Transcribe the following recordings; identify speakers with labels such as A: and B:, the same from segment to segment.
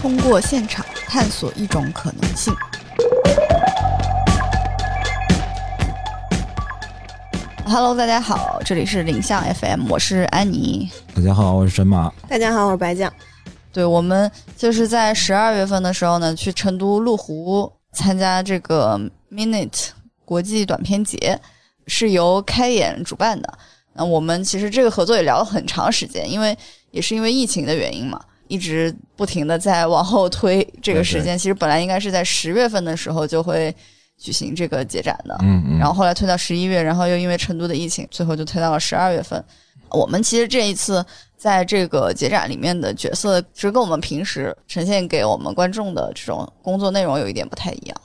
A: 通过现场探索一种可能性。Hello，大家好，这里是领向 FM，我是安妮。
B: 大家好，我是神马。
C: 大家好，我是白酱。
A: 对我们就是在十二月份的时候呢，去成都路湖参加这个 Minute 国际短片节，是由开演主办的。那我们其实这个合作也聊了很长时间，因为也是因为疫情的原因嘛，一直不停的在往后推这个时间。
B: 对
A: 其实本来应该是在十月份的时候就会举行这个节展的，
B: 嗯嗯，
A: 然后后来推到十一月，然后又因为成都的疫情，最后就推到了十二月份。我们其实这一次在这个节展里面的角色，其实跟我们平时呈现给我们观众的这种工作内容有一点不太一样。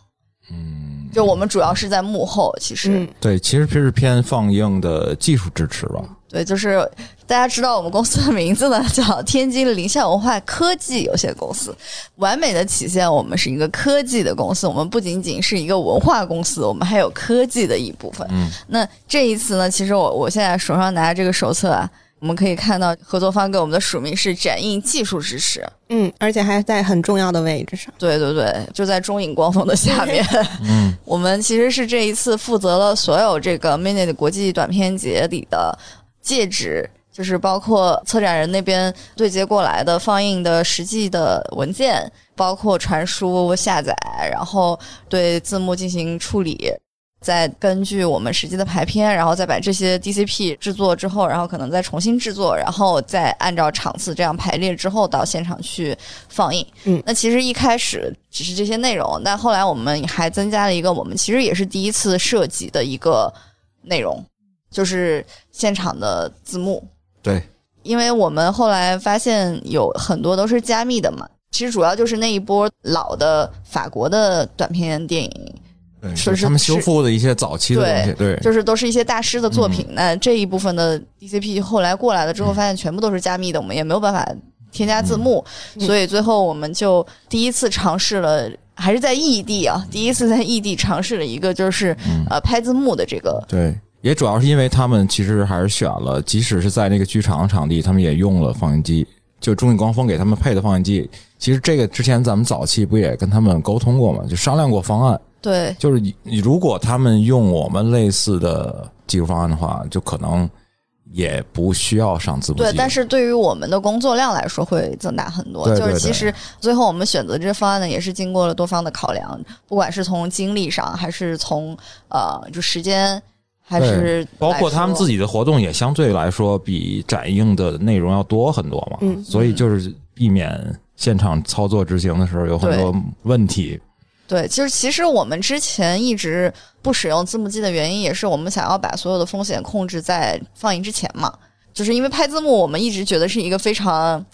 B: 嗯，
A: 就我们主要是在幕后，其实、
C: 嗯，
B: 对，其实是偏放映的技术支持吧。
A: 对，就是大家知道我们公司的名字呢，叫天津林夏文化科技有限公司。完美的体现我们是一个科技的公司，我们不仅仅是一个文化公司，我们还有科技的一部分。
B: 嗯，
A: 那这一次呢，其实我我现在手上拿着这个手册啊，我们可以看到合作方给我们的署名是展映技术支持。
C: 嗯，而且还在很重要的位置上。
A: 对对对，就在中影光峰的下面。
B: 嗯，
A: 我们其实是这一次负责了所有这个 Minute 国际短片节里的介质。就是包括策展人那边对接过来的放映的实际的文件，包括传输、下载，然后对字幕进行处理，再根据我们实际的排片，然后再把这些 DCP 制作之后，然后可能再重新制作，然后再按照场次这样排列之后到现场去放映。
C: 嗯
A: 那其实一开始只是这些内容，但后来我们还增加了一个我们其实也是第一次涉及的一个内容，就是现场的字幕。
B: 对，
A: 因为我们后来发现有很多都是加密的嘛，其实主要就是那一波老的法国的短片电影，
B: 对，
A: 是是
B: 他们修复的一些早期的东西。对，嗯
A: 就是都是一些大师的作品。那这一部分的 DCP 后来过来了之后，发现全部都是加密的，我们也没有办法添加字幕，
C: 嗯
A: 所以最后我们就第一次尝试了，还是在异地啊，第一次在异地尝试了一个就是、
B: 嗯
A: 呃拍字幕的这个。
B: 对，也主要是因为他们其实还是选了，即使是在那个剧场场地，他们也用了放映机，就中影光峰给他们配的放映机。其实这个之前咱们早期不也跟他们沟通过嘛，就商量过方案，
A: 对，
B: 就是你你如果他们用我们类似的技术方案的话，就可能也不需要上字幕
A: 对，
B: 机。
A: 但是对于我们的工作量来说会增大很多。
B: 对对
A: 就是其
B: 对
A: 实最后我们选择这方案呢，也是经过了多方的考量，不管是从精力上，还是从呃就时间，还
B: 对
A: 是
B: 包括他们
A: 己。
B: 自己的活动也相对来说比展映的内容要多很多嘛，
C: 嗯
B: 所以就是避免现场操作执行的时候有很多问题。
A: 对，其实其实我们之前一直不使用字幕机的原因，也是我们想要把所有的风险控制在放映之前嘛。就是因为拍字幕，我们一直觉得是一个非常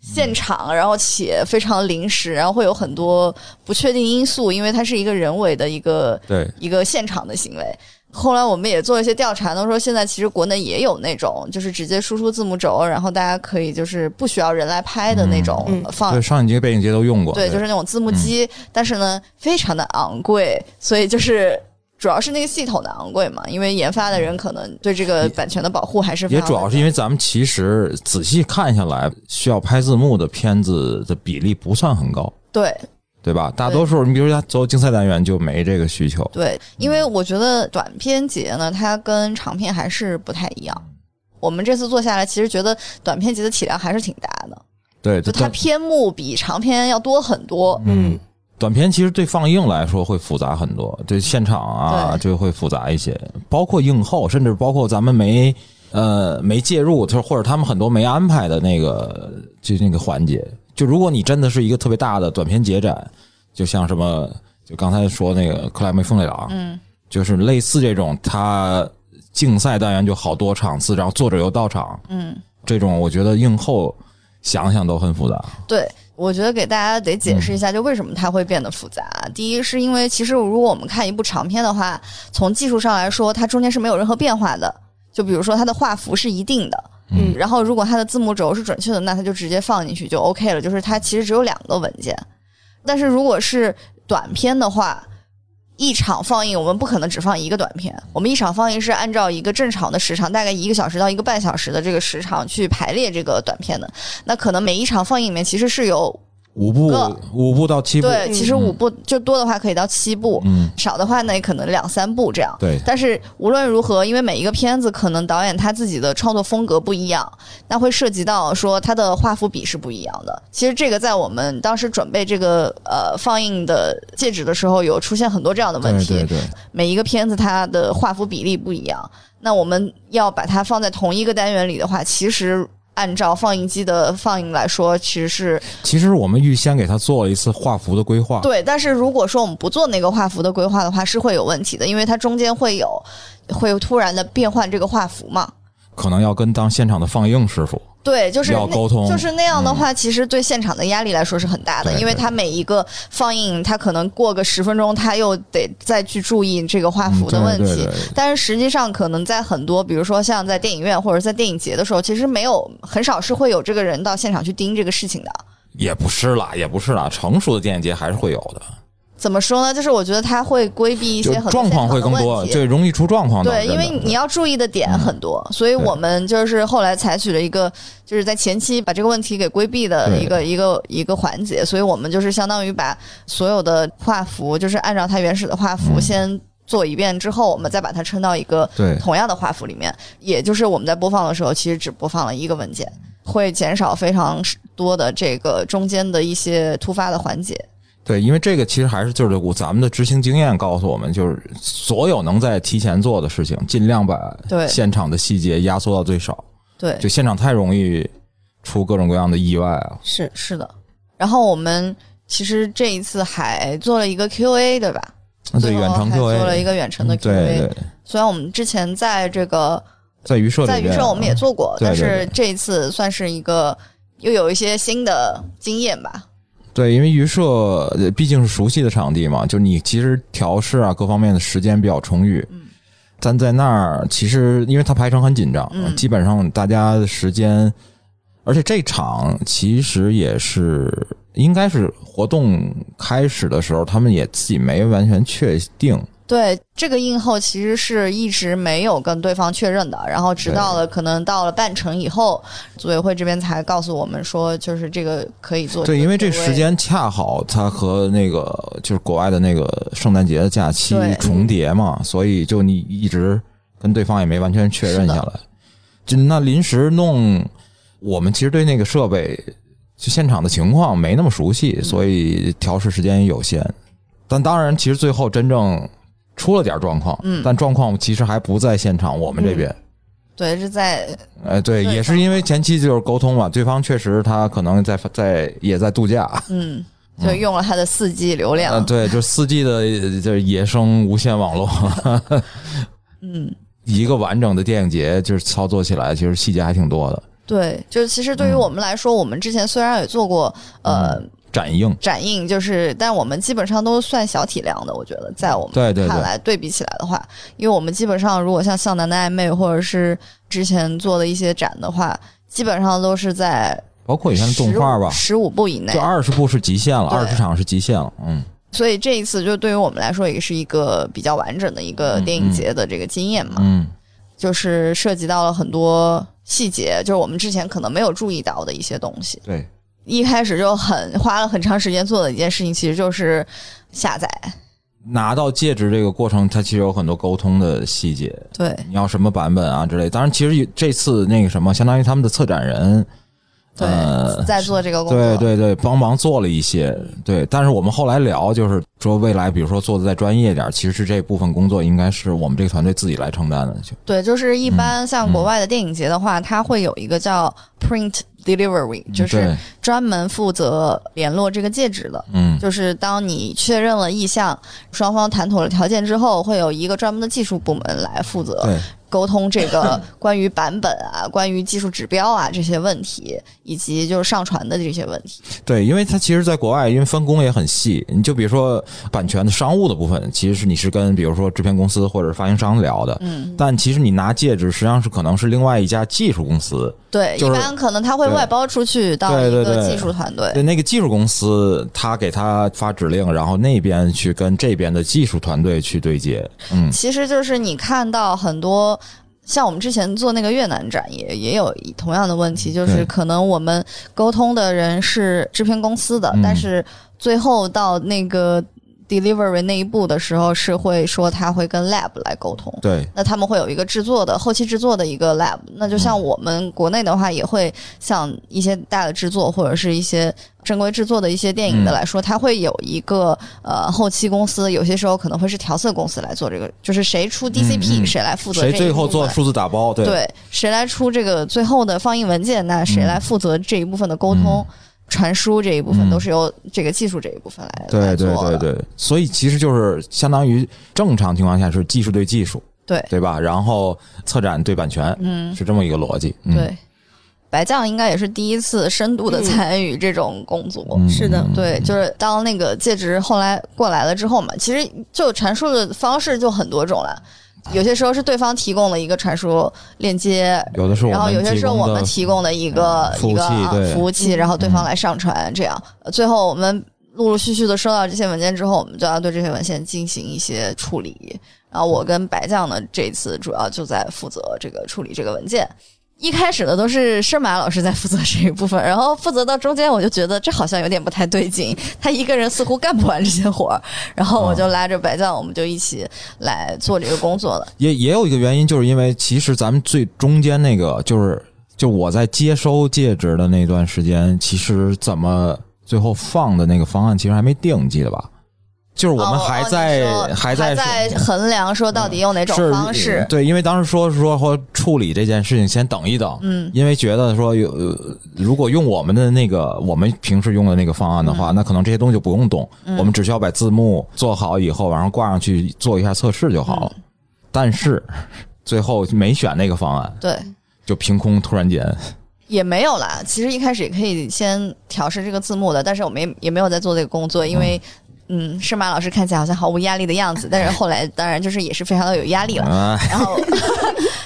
A: 现场，然后且非常临时，然后会有很多不确定因素，因为它是一个人为的一个
B: 对，
A: 一个现场的行为。后来我们也做一些调查，都说现在其实国内也有那种，就是直接输出字幕轴，然后大家可以就是不需要人来拍的那种
C: 嗯
A: 放
B: 对，上影节、北影节都用过。
A: 对，就是那种
B: 嗯
A: 字幕机，但是呢，非常的昂贵，所以就是主要是那个系统的昂贵嘛，因为研发的人可能对这个版权的保护还是
B: 嗯也主要是因
A: 为
B: 为咱们其实仔细看下来，需要拍字幕的片子的比例不算很高，
A: 对
B: 对吧？大多数，你比如说所有竞赛单元就没这个需求。
A: 对，因为我觉得短片节呢，它跟长片还是不太一样。我们这次做下来，其实觉得短片节的体量还是挺大的，
B: 对，
A: 就它
B: 短
A: 篇目比长片要多很多。
C: 嗯
B: 短片其实对放映来说会复杂很多，对现场啊
A: 对
B: 就会复杂一些，包括映后，甚至包括咱们没呃没介入，就是或者他们很多没安排的那个就那个环节。就如果你真的是一个特别大的短片节展，就像什么就刚才说那个克莱梅风雷狼，
A: 嗯，
B: 就是类似这种，它竞赛单元就好多场次，然后作者又到场，
A: 嗯，
B: 这种我觉得映后想想都很复杂。
A: 对，我觉得给大家得解释一下，就为什么它会变得复杂。啊第一，是因为其实如果我们看一部长片的话，从技术上来说，它中间是没有任何变化的。就比如说它的画幅是一定的，
C: 嗯
A: 然后如果它的字幕轴是准确的，那它就直接放进去就 OK 了。就是它其实只有两个文件，但是如果是短片的话。一场放映，我们不可能只放一个短片。我们一场放映是按照一个正常的时长，大概一个小时到一个半小时的这个时长去排列这个短片的。那可能每一场放映里面其实是有
B: 五部
A: 个
B: 五部到七部，
A: 对，其实五部就多的话可以到七部，
B: 嗯，
A: 少的话呢也可能两三部这样。
B: 对
A: 但是无论如何，因为每一个片子可能导演他自己的创作风格不一样，那会涉及到说他的画幅比是不一样的。其实这个在我们当时准备这个呃放映的戒指的时候，有出现很多这样的问
B: 对
A: 题。
B: 对对，
A: 每一个片子它的画幅比例不一样，那我们要把它放在同一个单元里的话，其实。按照放映机的放映来说，其实是
B: 其实我们预先给他做了一次画幅的规划，
A: 对，但是如果说我们不做那个画幅的规划的话，是会有问题的，因为它中间会有会突然的变换这个画幅嘛。
B: 可能要跟当现场的放映师傅，
A: 对，就是
B: 要
A: 那
B: 沟通嗯
A: 就是那样的话，其实对现场的压力来说是很大的，
B: 对
A: 因为
B: 对
A: 它每一个放映，它可能过个十分钟，它又得再去注意这个画
B: 嗯
A: 幅的
B: 对
A: 问题。
B: 对对对
A: 但是实际上，可能在很多，比如说像在电影院或者在电影节的时候，其实没有很少是会有这个人到现场去盯这个事情的。
B: 也不是啦，也不是啦，成熟的电影节还是会有的，
A: 怎么说呢？就是我觉得他会规避一
B: 就
A: 些很多
B: 状
A: 现
B: 况
A: 场
B: 会
A: 的
B: 更
A: 问
B: 多，
A: 题
B: 对，容易出状况的。
A: 对，
B: 真
A: 因
B: 的嗯
A: 为你要注意的点很多，所以我们就是后来采取了一个，就是在前期把这个问题给规避的
B: 对
A: 一个一个一个环节，所以我们就是相当于把所有的画幅，就是按照它原始的画幅
B: 嗯
A: 先做一遍之后，我们再把它撑到一个
B: 对
A: 同样的画幅里面，也就是我们在播放的时候，其实只播放了一个文件，会减少非常多的这个中间的一些突发的环节。
B: 对，因为这个其实还是就是我咱们的执行经验告诉我们，就是所有能在提前做的事情，尽量把
A: 对
B: 现场的细节压缩到最少。
A: 对，
B: 就现场太容易出各种各样的意外啊。
C: 是
A: 是的。然后我们其实这一次还做了一个 Q&A，对吧？
B: 啊对，
A: 最后
B: 远程
A: 还
B: Q
A: 做了一
B: A，嗯
A: 个远程的 Q&A。
B: 对对，
A: 虽然我们之前在这个
B: 在鱼社里
A: 在
B: 边
A: 鱼社我们也做过，
B: 啊对对
A: 但
B: 对
A: 是这一次算是一个又有一些新的经验吧。
B: 对，因为鱼社呃毕竟是熟悉的场地嘛，就你其实调试啊各方面的时间比较充裕。
A: 嗯
B: 但在那儿其实因为它排程很紧张，
A: 嗯
B: 基本上大家的时间，而且这场其实也是应该是活动开始的时候，他们也自己没完全确定。
A: 对这个映后其实是一直没有跟对方确认的，然后直到了可能到了半程以后，组委会这边才告诉我们说，就是这个可以做个 Q&A。
B: 对，因为这时间恰好它和那个就是国外的那个圣诞节的假期
A: 对嗯
B: 重叠嘛，所以就你一直跟对方也没完全确认
A: 是
B: 下
A: 的
B: 来。就那临时弄，我们其实对那个设备就现场的情况没那么熟
A: 嗯
B: 悉，所以调试时间也有限。但当然，其实最后真正出了点状况，
A: 嗯
B: 但状况其实还不在现场我们这边。
A: 对是在
B: 呃，对，
A: 对
B: 也是因为前期就是沟通嘛，对方确实他可能在在也在度假，
A: 嗯，就用了他的四 G 流量。
B: 嗯，对，就是四 G 的呃就是野生无线网络，
A: 嗯，
B: 一个完整的电影节，就是操作起来其实细节还挺多的，
A: 对，就是其实对于
B: 嗯
A: 我们来说，我们之前虽然也做过呃
B: 展映。
A: 展映，就是但我们基本上都算小体量的，我觉得在我们
B: 对对
A: 看
B: 对，
A: 来对比起来的话，因为我们基本上如果像向南的暧昧或者是之前做的一些展的话，基本上都是在
B: 包括以前的动画吧，
A: 十五部以内
B: 就。二十部是极限了，
A: 对
B: 二十场是极限了，嗯，
A: 所以这一次就对于我们来说也是一个比较完整的一个
B: 嗯
A: 电影节的这个经验嘛。
B: 嗯，
A: 就是涉及到了很多细节，就是我们之前可能没有注意到的一些东西。
B: 对，
A: 一开始就很花了很长时间做的一件事情，其实就是下载。
B: 拿到戒指这个过程，它其实有很多沟通的细节，
A: 对，
B: 你要什么版本啊之类。当然，其实这次那个什么，相当于他们的策展人，
A: 对，
B: 呃，
A: 在做这个工作，
B: 对对对，帮忙做了一些，对。但是我们后来聊，就是说未来，比如说做的再专业一点，其实这部分工作应该是我们这个团队自己来承担的。就
A: 对就是
B: 嗯
A: 一般像国外的电影节的话，它会有一个叫 print delivery，就是
B: 嗯对
A: 专门负责联络这个戒指的。
B: 嗯，
A: 就是当你确认了意向，双方谈妥了条件之后，会有一个专门的技术部门来负责
B: 对嗯
A: 沟通这个 关于版本啊、关于技术指标啊这些问题，以及就是上传的这些问题。
B: 对，因为它其实，在国外，因为分工也很细。你就比如说版权的商务的部分，其实是你是跟比如说制片公司或者发行商聊的，
A: 嗯，
B: 但其实你拿戒指，实际上是可能是另外一家技术公司，
A: 对，
B: 就是
A: 一般可能他会
B: 对
A: 外包出去到
B: 对
A: 一
B: 对
A: 个
B: 对
A: 技术团队。
B: 对那个技术公司，他给他发指令，然后那边去跟这边的技术团队去对接。嗯，
A: 其实就是你看到很多像我们之前做那个越南展也也有一同样的问题，就是
B: 对
A: 可能我们沟通的人是制片公司的，
B: 嗯
A: 但是最后到那个 delivery 那一步的时候，是会说他会跟 lab 来沟通。
B: 对，
A: 那他们会有一个制作的后期制作的一
B: 嗯
A: 个 lab，那就像我们国内的话，也会像一些大的制作或者是一些正规制作的一些电影的
B: 嗯
A: 来说，它会有一个呃后期公司，有些时候可能会是调色公司来做这个，就是谁出 DCP，、
B: 嗯嗯
A: 谁来负责这
B: 谁
A: 一
B: 最后
A: 部分
B: 做数字打包？对，
A: 对，谁来出这个最后的放映文件，那谁来负责这一部分的沟通、传输这一部分，
B: 嗯
A: 都是由这个技术这一部分来
B: 对
A: 来做
B: 对对
A: 的。
B: 对，所以其实就是相当于正常情况下是技术对技术，
A: 对
B: 对吧？然后策展对版权，
A: 嗯，
B: 是这么一个逻辑。嗯、
A: 对，白酱应该也是第一次深度的
C: 嗯
A: 参与这种工作。
B: 嗯，
C: 是的
B: 嗯
A: 对，就是当那个介质后来过来了之后嘛，其实就阐述的方式就很多种了。有些时候是对方提供了一个传输链接，
B: 有的是我们
A: 然后有些
B: 提
A: 是
B: 供
A: 我
B: 的嗯
A: 们提供的一个
B: 服务
A: 一个
B: 器
A: 啊
B: 对
A: 服务器，
C: 嗯
A: 然后对方来上传，这样呃最后我们陆陆续续的收到这些文件之后，我们就要对这些文献进行一些处理。然后我跟白酱呢，这次主要就在负责这个处理这个文件。一开始呢，都是深马老师在负责这一部分， 然后负责到中间，我就觉得这好像有点不太对劲，他一个人似乎干不完这些活儿，然后我就拉着白酱，我们就一起来做这个工作了。
B: 也也有一个原因，就是因为其实咱们最中间那个就是就我在接收戒指的那段时间，其实怎么最后放的那个方案，其实还没定，记得吧？就是我们
A: 哦
B: 还
A: 哦你
B: 在、
A: 说
B: 还
A: 还在衡量说到底用哪种
B: 是呃嗯
A: 方式。
B: 对，因为当时说是说说处理这件事情先等一等，
A: 嗯，
B: 因为觉得说有，呃如果用我们的那个我们平时用的那个方案的
A: 嗯
B: 话，那可能这些东西就不用动，我们只需要把字幕做好以后，然后挂上去做一下测试就好
A: 嗯
B: 了。但是最后没选那个方案，
A: 对，
B: 就凭空突然间，
A: 也没有啦。其实一开始也可以先调试这个字幕的，但是我们也也没有在做这个工作，因为嗯，圣马老师看起来好像毫无压力的样子，但是后来当然就是也是非常的有压力了。
B: 啊，
A: 然后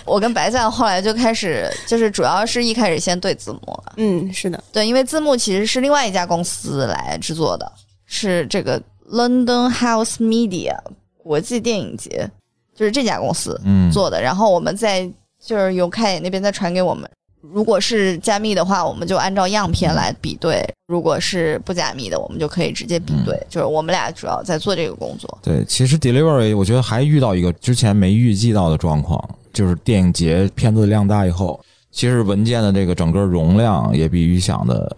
A: 我跟白酱后来就开始，就是主要是一开始先对字幕了，
C: 嗯，是的，
A: 对，因为字幕其实是另外一家公司来制作的，是这个 London House Media 国际电影节，就是这家公司。
B: 嗯，
A: 做的，然后我们再就是由开眼那边再传给我们。如果是加密的话，我们就按照样片来比对；如果是不加密的，我们就可以直接比对。
B: 嗯
A: 就是我们俩主要在做这个工作。
B: 对，其实 delivery 我觉得还遇到一个之前没预计到的状况，就是电影节片子量大以后，其实文件的这个整个容量也比预想的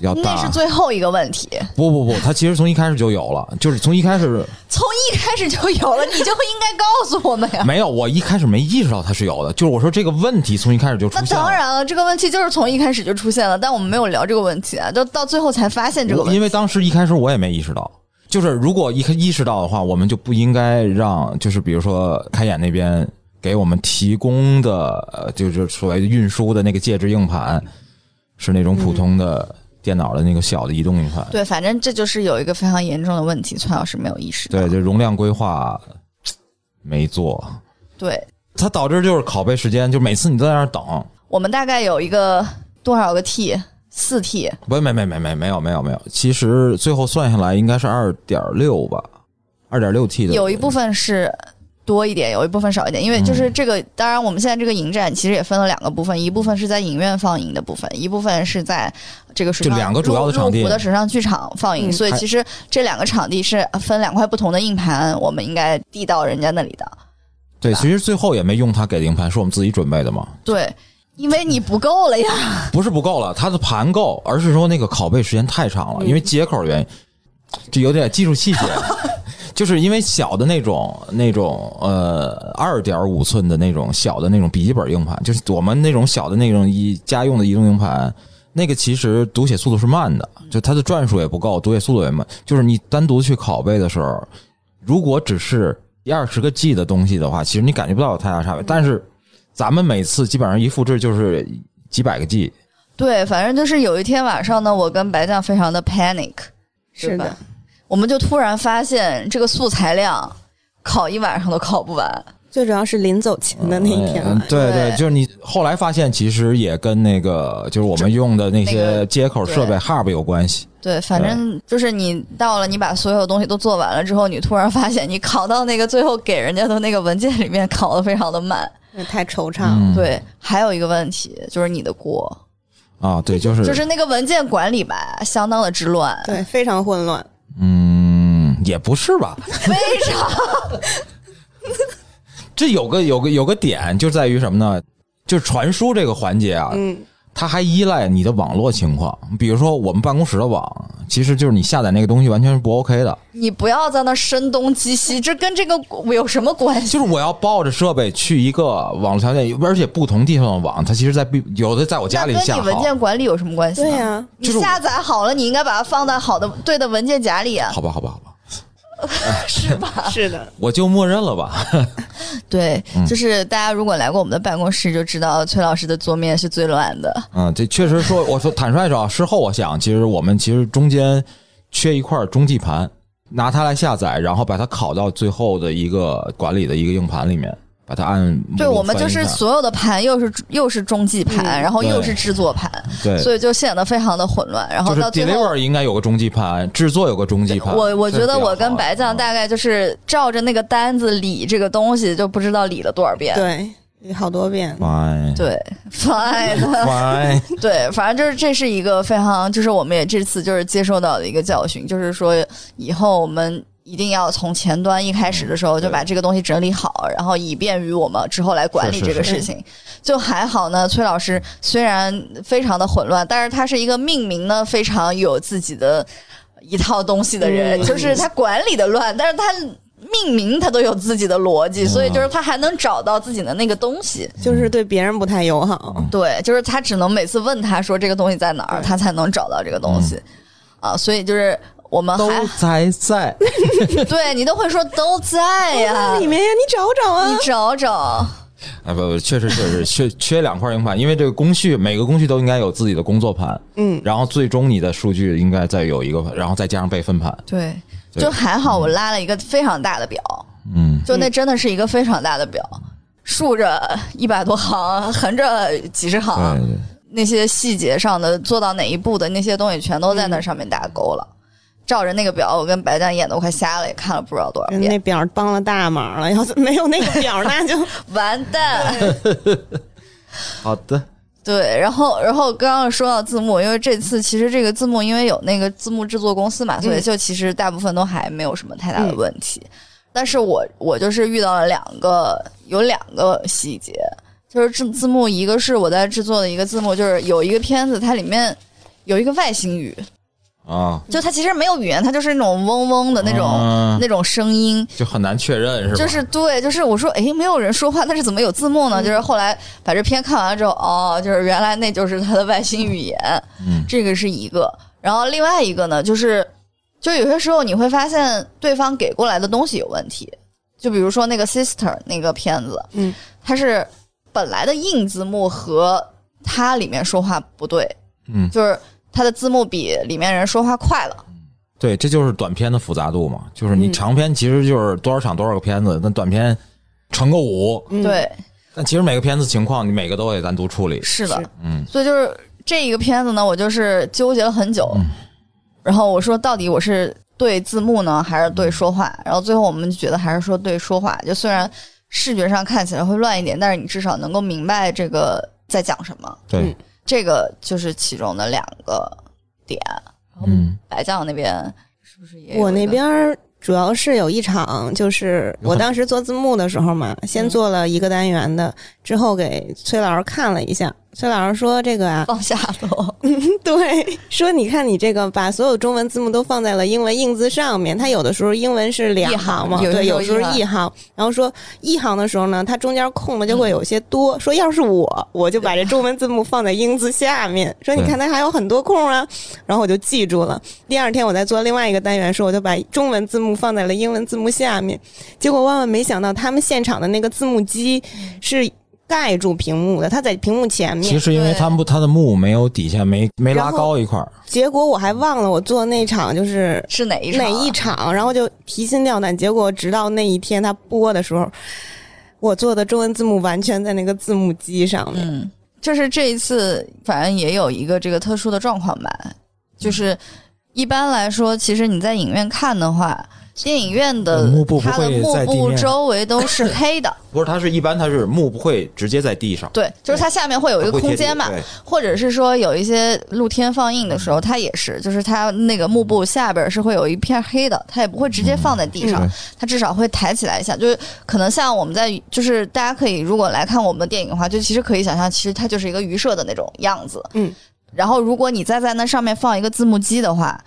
B: 要大。
A: 那是最后一个问题，
B: 不不不，它其实从一开始就有了，就是从一开始
A: 从一开始就有了，你就应该告诉我们呀。
B: 没有，我一开始没意识到它是有的，就是我说这个问题从一开始就出
A: 那
B: 现了。
A: 当然了，这个问题就是从一开始就出现了，但我们没有聊这个问题啊，就到最后才发现这个
B: 我
A: 问题。
B: 因为当时一开始我也没意识到，就是如果一意识到的话，我们就不应该让，就是比如说开眼那边给我们提供的，呃，就是所谓运输的那个介质硬盘，是那种普通的电脑的那个小的移动硬盘。
A: 对，反正这就是有一个非常严重的问题，崔老师没有意识到。
B: 对，就容量规划没做，
A: 对，
B: 它导致就是拷贝时间，就每次你都在那儿等，
A: 我们大概有一个多少个 T？四 T，
B: 不，没没没没没有没有没有，其实最后算下来应该是二点六吧，二点六 T 的，
A: 有一部分是多一点，有一部分少一点，因为
B: 嗯
A: 就是这个，当然我们现在这个影展其实也分了两个部分，一部分是在影院放映的部分，一部分是在这个水上
B: 就两个主要的场地
A: 入湖的水上剧场放映，
C: 嗯
A: 所以
B: 还
A: 其实这两个场地是分两块不同的硬盘，我们应该递到人家那里的。
B: 对，其实最后也没用它给的硬盘，是我们自己准备的嘛，
A: 对，因为你不够了呀。
B: 不是不够了，它的盘够，而是说那个拷贝时间太长了，因为接口原因，这有点技术细节， 就是因为小的那种那种呃二点五寸的那种小的那种笔记本硬盘，就是我们那种小的那种一家用的移动硬盘。那个其实读写速度是慢的，就它的转数也不够，读写速度也慢。就是你单独去拷贝的时候，如果只是一二十个 G 的东西的话，其实你感觉不到有太大差别。但是咱们每次基本上一复制就是几百个 G，
A: 对，反正就是有一天晚上呢，我跟白酱非常的 panic，对
C: 是
A: 吧
C: 的，
A: 我们就突然发现这个素材量考一晚上都考不完。
C: 最主要是临走前的那一天
B: 嗯
C: 晚上，
B: 对
A: 对
B: 就是你后来发现，其实也跟那个就是我们用的那
A: 那
B: 些
A: 个
B: 接口设
A: 对
B: 备 Hub 有关系。
A: 对，反
B: 嗯
A: 正就是你到了，你把所有东西都做完了之后，你突然发现你拷到那个最后给人家的那个文件里面拷的非常的慢，
C: 那太惆怅了。
B: 嗯
A: 对，还有一个问题就是你的锅，
B: 啊，对，就是
A: 就是那个文件管理吧，相当的之乱，
C: 对，非常混乱。
B: 嗯，也不是吧，
A: 非常
B: 这有个有个有个点就在于什么呢？就是传输这个环节啊，
C: 嗯，
B: 它还依赖你的网络情况。比如说我们办公室的网，其实就是你下载那个东西完全是不 OK 的。
A: 你不要在那声东击西，这跟这个有什么关系？
B: 就是我要抱着设备去一个网络条件，而且不同地方的网，它其实在不有的在我家里
A: 那跟
B: 下
A: 你文
B: 好，
A: 件管理有什么关系呢？
C: 对呀、
A: 你
B: 就是我
A: 下载好了，你应该把它放在好的对的文件夹里 啊，
B: 好吧，好吧，好吧，
A: 是 吧？
C: 是的，
B: 我就默认了吧。
A: 对，
B: 嗯
A: 就是大家如果来过我们的办公室，就知道崔老师的桌面是最乱的。
B: 嗯，这确实说，我说坦率说啊，事后我想，其实我们其实中间缺一块中继盘，拿它来下载，然后把它拷到最后的一个管理的一个硬盘里面，把它按目录
A: 对，我们
B: 翻
A: 就
B: 一
A: 是
B: 下
A: 所有的盘又是又是中继盘，
C: 嗯
A: 然后又
B: 对
A: 是制作盘，
B: 对，
A: 所以就显得非常的混乱。然后
B: 就是
A: 到最后
B: deliver 应该有个中继盘，制作有个中继盘。
A: 我我觉
B: 这
A: 得
B: 是比较
A: 我
B: 好啊嗯
A: 跟
B: 的
A: 白酱大概就是照着那个单子理这个东西，就不知道理了多少遍。
C: 对，好多遍。
B: fine
A: 对，fine，
B: fine，
A: 对，反正就是这是一个非常，就是我们也这次就是接受到的一个教训，就是说以后我们一定要从前端一开始的时
C: 嗯
A: 候就把这个东西整理好，然后以便于我们之后来管理
B: 是
A: 这个
C: 是
A: 事情。就还好呢，崔老师虽然非常的混乱，但是他是一个命名呢非常有自己的一套东西的人，
C: 嗯
A: 就是他管理的乱，但是他。命名他都有自己的逻辑，
C: 嗯
A: 所以就是他还能找到自己的那个东西。
C: 就是对别人不太友好，
A: 对，就是他只能每次问他说这个东西在哪儿，
C: 对
A: 他才能找到这个东西、啊。所以就是我们
B: 都
A: 还
B: 在在。
A: 对你都会说都在哎呀、
C: 那里面哎呀，你找找啊
A: 你。找找。
B: 啊不，不确实确实缺缺两块硬盘，因为这个工序每个工序都应该有自己的工作盘，
C: 嗯，
B: 然后最终你的数据应该再有一个，然后再加上备份盘，
A: 对，
B: 对
A: 就还好我拉了一个非常大的表，
B: 嗯，
A: 就那真的是一个非常大的表，竖着一百多行，横着几十行，
B: 对，
A: 那些细节上的做到哪一步的那些东西，全都在那上面打勾了。照着那个表，我跟白蛋眼都快瞎了，也看了不知道多少遍，
C: 那表帮了大忙了，要是没有那个表，那就
A: 完蛋。
B: 好的，
A: 对，然后然后刚刚说到字幕，因为这次其实这个字幕因为有那个字幕制作公司嘛，所以就其实大部分都还没有什么太大的问题。但是我我就是遇到了两个有两个细节，就是字字幕，一个是我在制作的一个字幕，就是有一个片子它里面有一个外星语，
B: 啊，
A: 就它其实没有语言，它就是那种嗡嗡的那种、
B: 啊
A: 那种声音，
B: 就很难确认是吧？
A: 就是对，就是我说，诶，没有人说话，但是怎么有字幕呢？就是后来把这片看完了之后，哦，就是原来那就是他的外星语言，
B: 嗯
A: 这个是一个。然后另外一个呢，就是就有些时候你会发现对方给过来的东西有问题，就比如说那个 sister 那个片子，
C: 嗯，
A: 它是本来的硬字幕和它里面说话不对，
B: 嗯
A: 就是它的字幕比里面人说话快了。
B: 对，这就是短片的复杂度嘛，就是
A: 嗯
B: 你长片其实就是多少场多少个片子，但短片乘个五，
C: 嗯
A: 对，
B: 但其实每个片子情况你每个都得单独处理，
A: 是的
C: 是，
B: 嗯，
A: 所以就是这一个片子呢，我就是纠结了很久，然后我说到底我是对字幕呢，还是对说话？然后最后我们就觉得还是说对说话，就虽然视觉上看起来会乱一点，但是你至少能够明白这个在讲什么。
B: 对
C: 嗯，
A: 这个就是其中的两个点。
B: 嗯，
A: 白酱那边是不是也有
C: 我
A: 一
C: 那
A: 个
C: 边儿主要是有一场，就是我当时做字幕的时候嘛，
A: 嗯
C: 先做了一个单元的，之后给崔老师看了一下，崔老师说这个啊，
A: 放下头？
C: 对，说你看你这个把所有中文字幕都放在了英文印字上面，它有的时候英文是两
A: 一行
C: 行嘛，
A: 有的
C: 对，
A: 时候
C: 有时候
A: 一行
C: 一行，然后说一行的时候呢，它中间空了就会有些多，说要是我，我就把这中文字幕放在英字下面，说你看它还有很多空啊，然后我就记住了。第二天我在做另外一个单元时候，我就把中文字幕放在了英文字幕下面，结果万万没想到他们现场的那个字幕机是盖住屏幕的，它在屏幕前面
B: 其。实因为他们不他的幕没有底线，没没拉
C: 然后
B: 高一块儿，
C: 结果我还忘了我做那场就 是
A: 是哪一场？啊
C: 哪 一？场，然后就提心吊胆。结果直到那一天他播的时候，我做的中文字幕完全在那个字幕机上面。
A: 嗯，就是这一次，反正也有一个这个特殊的状况吧，就是一般来说，其实你在影院看的话，电影院的
B: 呃幕布不
A: 它的
B: 会
A: 幕
B: 在地
A: 布
B: 面
A: 周围都是黑的，
B: 不是，它是一般它是幕不会直接在地上，
A: 对，就是它下面会有一个空间嘛
B: 啊它会贴地，
A: 或者是说有一些露天放映的时候，它也是，就是它那个幕布下边是会有一片黑的，它也不会直接放在地上，
B: 嗯
A: 它至少会抬起来一下。就是可能像我们在，就是大家可以如果来看我们的电影的话，就其实可以想象，其实它就是一个鱼舍的那种样子。
C: 嗯，
A: 然后如果你再在那上面放一个字幕机的话，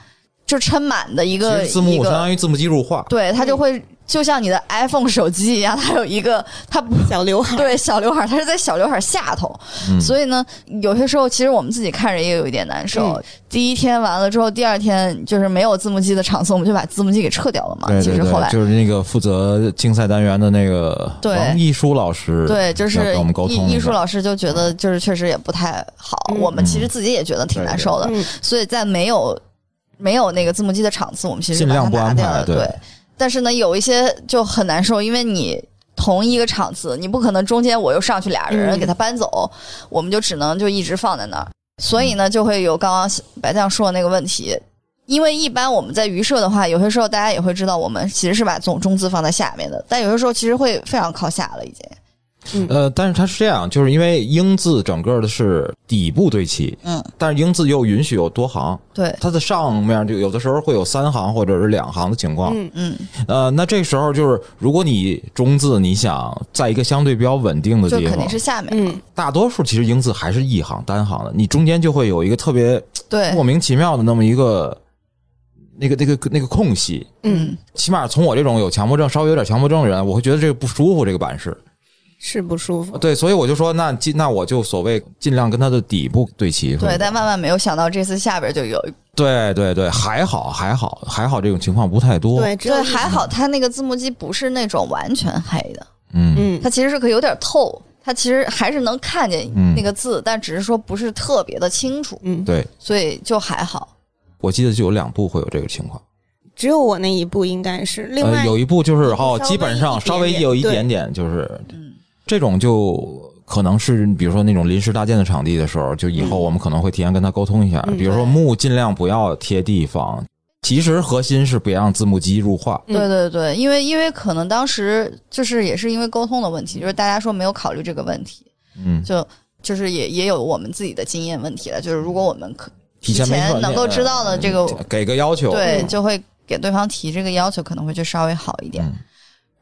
A: 就撑满的一
B: 其
A: 个
B: 实字
A: 一
B: 幕相
A: 个，
B: 当于字幕机入画，
A: 对，它就会就像你的 iPhone 手机一样，它有一个它不
C: 小刘海儿，
A: 对小刘海儿，它是在小刘海儿下头，
B: 嗯
A: 所以呢，有些时候其实我们自己看着也有一点难受。
C: 嗯
A: 第一天完了之后，第二天就是没有字幕机的场次，我们就把字幕机给撤掉了嘛。
B: 对对
A: 其实后来
B: 对，。就是那个负责竞赛单元的那个
A: 对
B: 王艺舒老师，
A: 对，就
B: 要
A: 是
B: 跟我们沟通
A: 艺艺术
B: 一下
A: 老师就觉得，就是确实也不太好。
C: 嗯
A: 我们其实自己也觉得挺难受的，
C: 嗯，
A: 所以在没有没有那个字幕机的场次，我们其实就
B: 尽
A: 把它
B: 量不
A: 拿
B: 安
A: 掉
B: 排
A: 了。，对，但是呢，有一些就很难受，因为你同一个场次，你不可能中间我又上去俩人
C: 嗯
A: 给他搬走，我们就只能就一直放在那儿。所以呢，就会有刚刚白酱说的那个问题，因为一般我们在鱼社的话，有些时候大家也会知道，我们其实是把总中字放在下面的，但有些时候其实会非常靠下了，已经。
B: 呃，但是它是这样，就是因为英字整个的是底部对齐，
A: 嗯，
B: 但是英字又允许有多行，
A: 对，
B: 它的上面就有的时候会有三行或者是两行的情况。
C: 嗯
A: 嗯，
B: 呃，那这时候就是，如果你中字你想在一个相对比较稳定的
A: 就
B: 地
A: 肯
B: 方
A: 定，是下面。
C: 嗯
B: 大多数其实英字还是一行单行的，你中间就会有一个特别
C: 哎
A: 对
B: 莫，名其妙的那么一个那个那个那个空隙。
C: 嗯，
B: 起码从我这种有强迫症、稍微有点强迫症的人，我会觉得这个不舒服，这个版式。
C: 是不舒服。
B: 对，所以我就说，那尽那我就所谓尽量跟它的底部对齐。是吧
A: 对，但万万没有想到这次下边就有
B: 对对对，还好还好还好，这种情况不太多。
C: 对，只有
A: 对，还好它那个字幕机不是那种完全黑的，
B: 嗯，
C: 嗯
A: 它其实是可以有点透，它其实还是能看见
B: 嗯
A: 那个字，但只是说不是特别的清楚，
C: 嗯，
B: 对，
A: 所以就还好。
B: 我记得就有两部会有这个情况。
C: 只有我那一部应该是，另
B: 呃，
C: 外
B: 有一部就是
C: 稍
B: 哦，
C: 微
B: 基本上稍
C: 一
B: 微
C: 点点
B: 有一
C: 对
B: 点点，就是
A: 嗯
B: 这种就可能是比如说那种临时搭建的场地的时候，就以后我们可能会提前跟他沟通一下，
C: 嗯
B: 比如说幕尽量不要贴地方，其实核心是别让字幕机入画。
C: 嗯
A: 对对对，因为因为可能当时就是也是因为沟通的问题，就是大家说没有考虑这个问题，
B: 嗯，
A: 就就是也也有我们自己的经验问题了，就是如果我们可
B: 提前没
A: 前
B: 说
A: 能够知道的这个
B: 嗯给个要求。
A: 对
C: 嗯
A: 就会给对方提这个要求，可能会就稍微好一点。
B: 嗯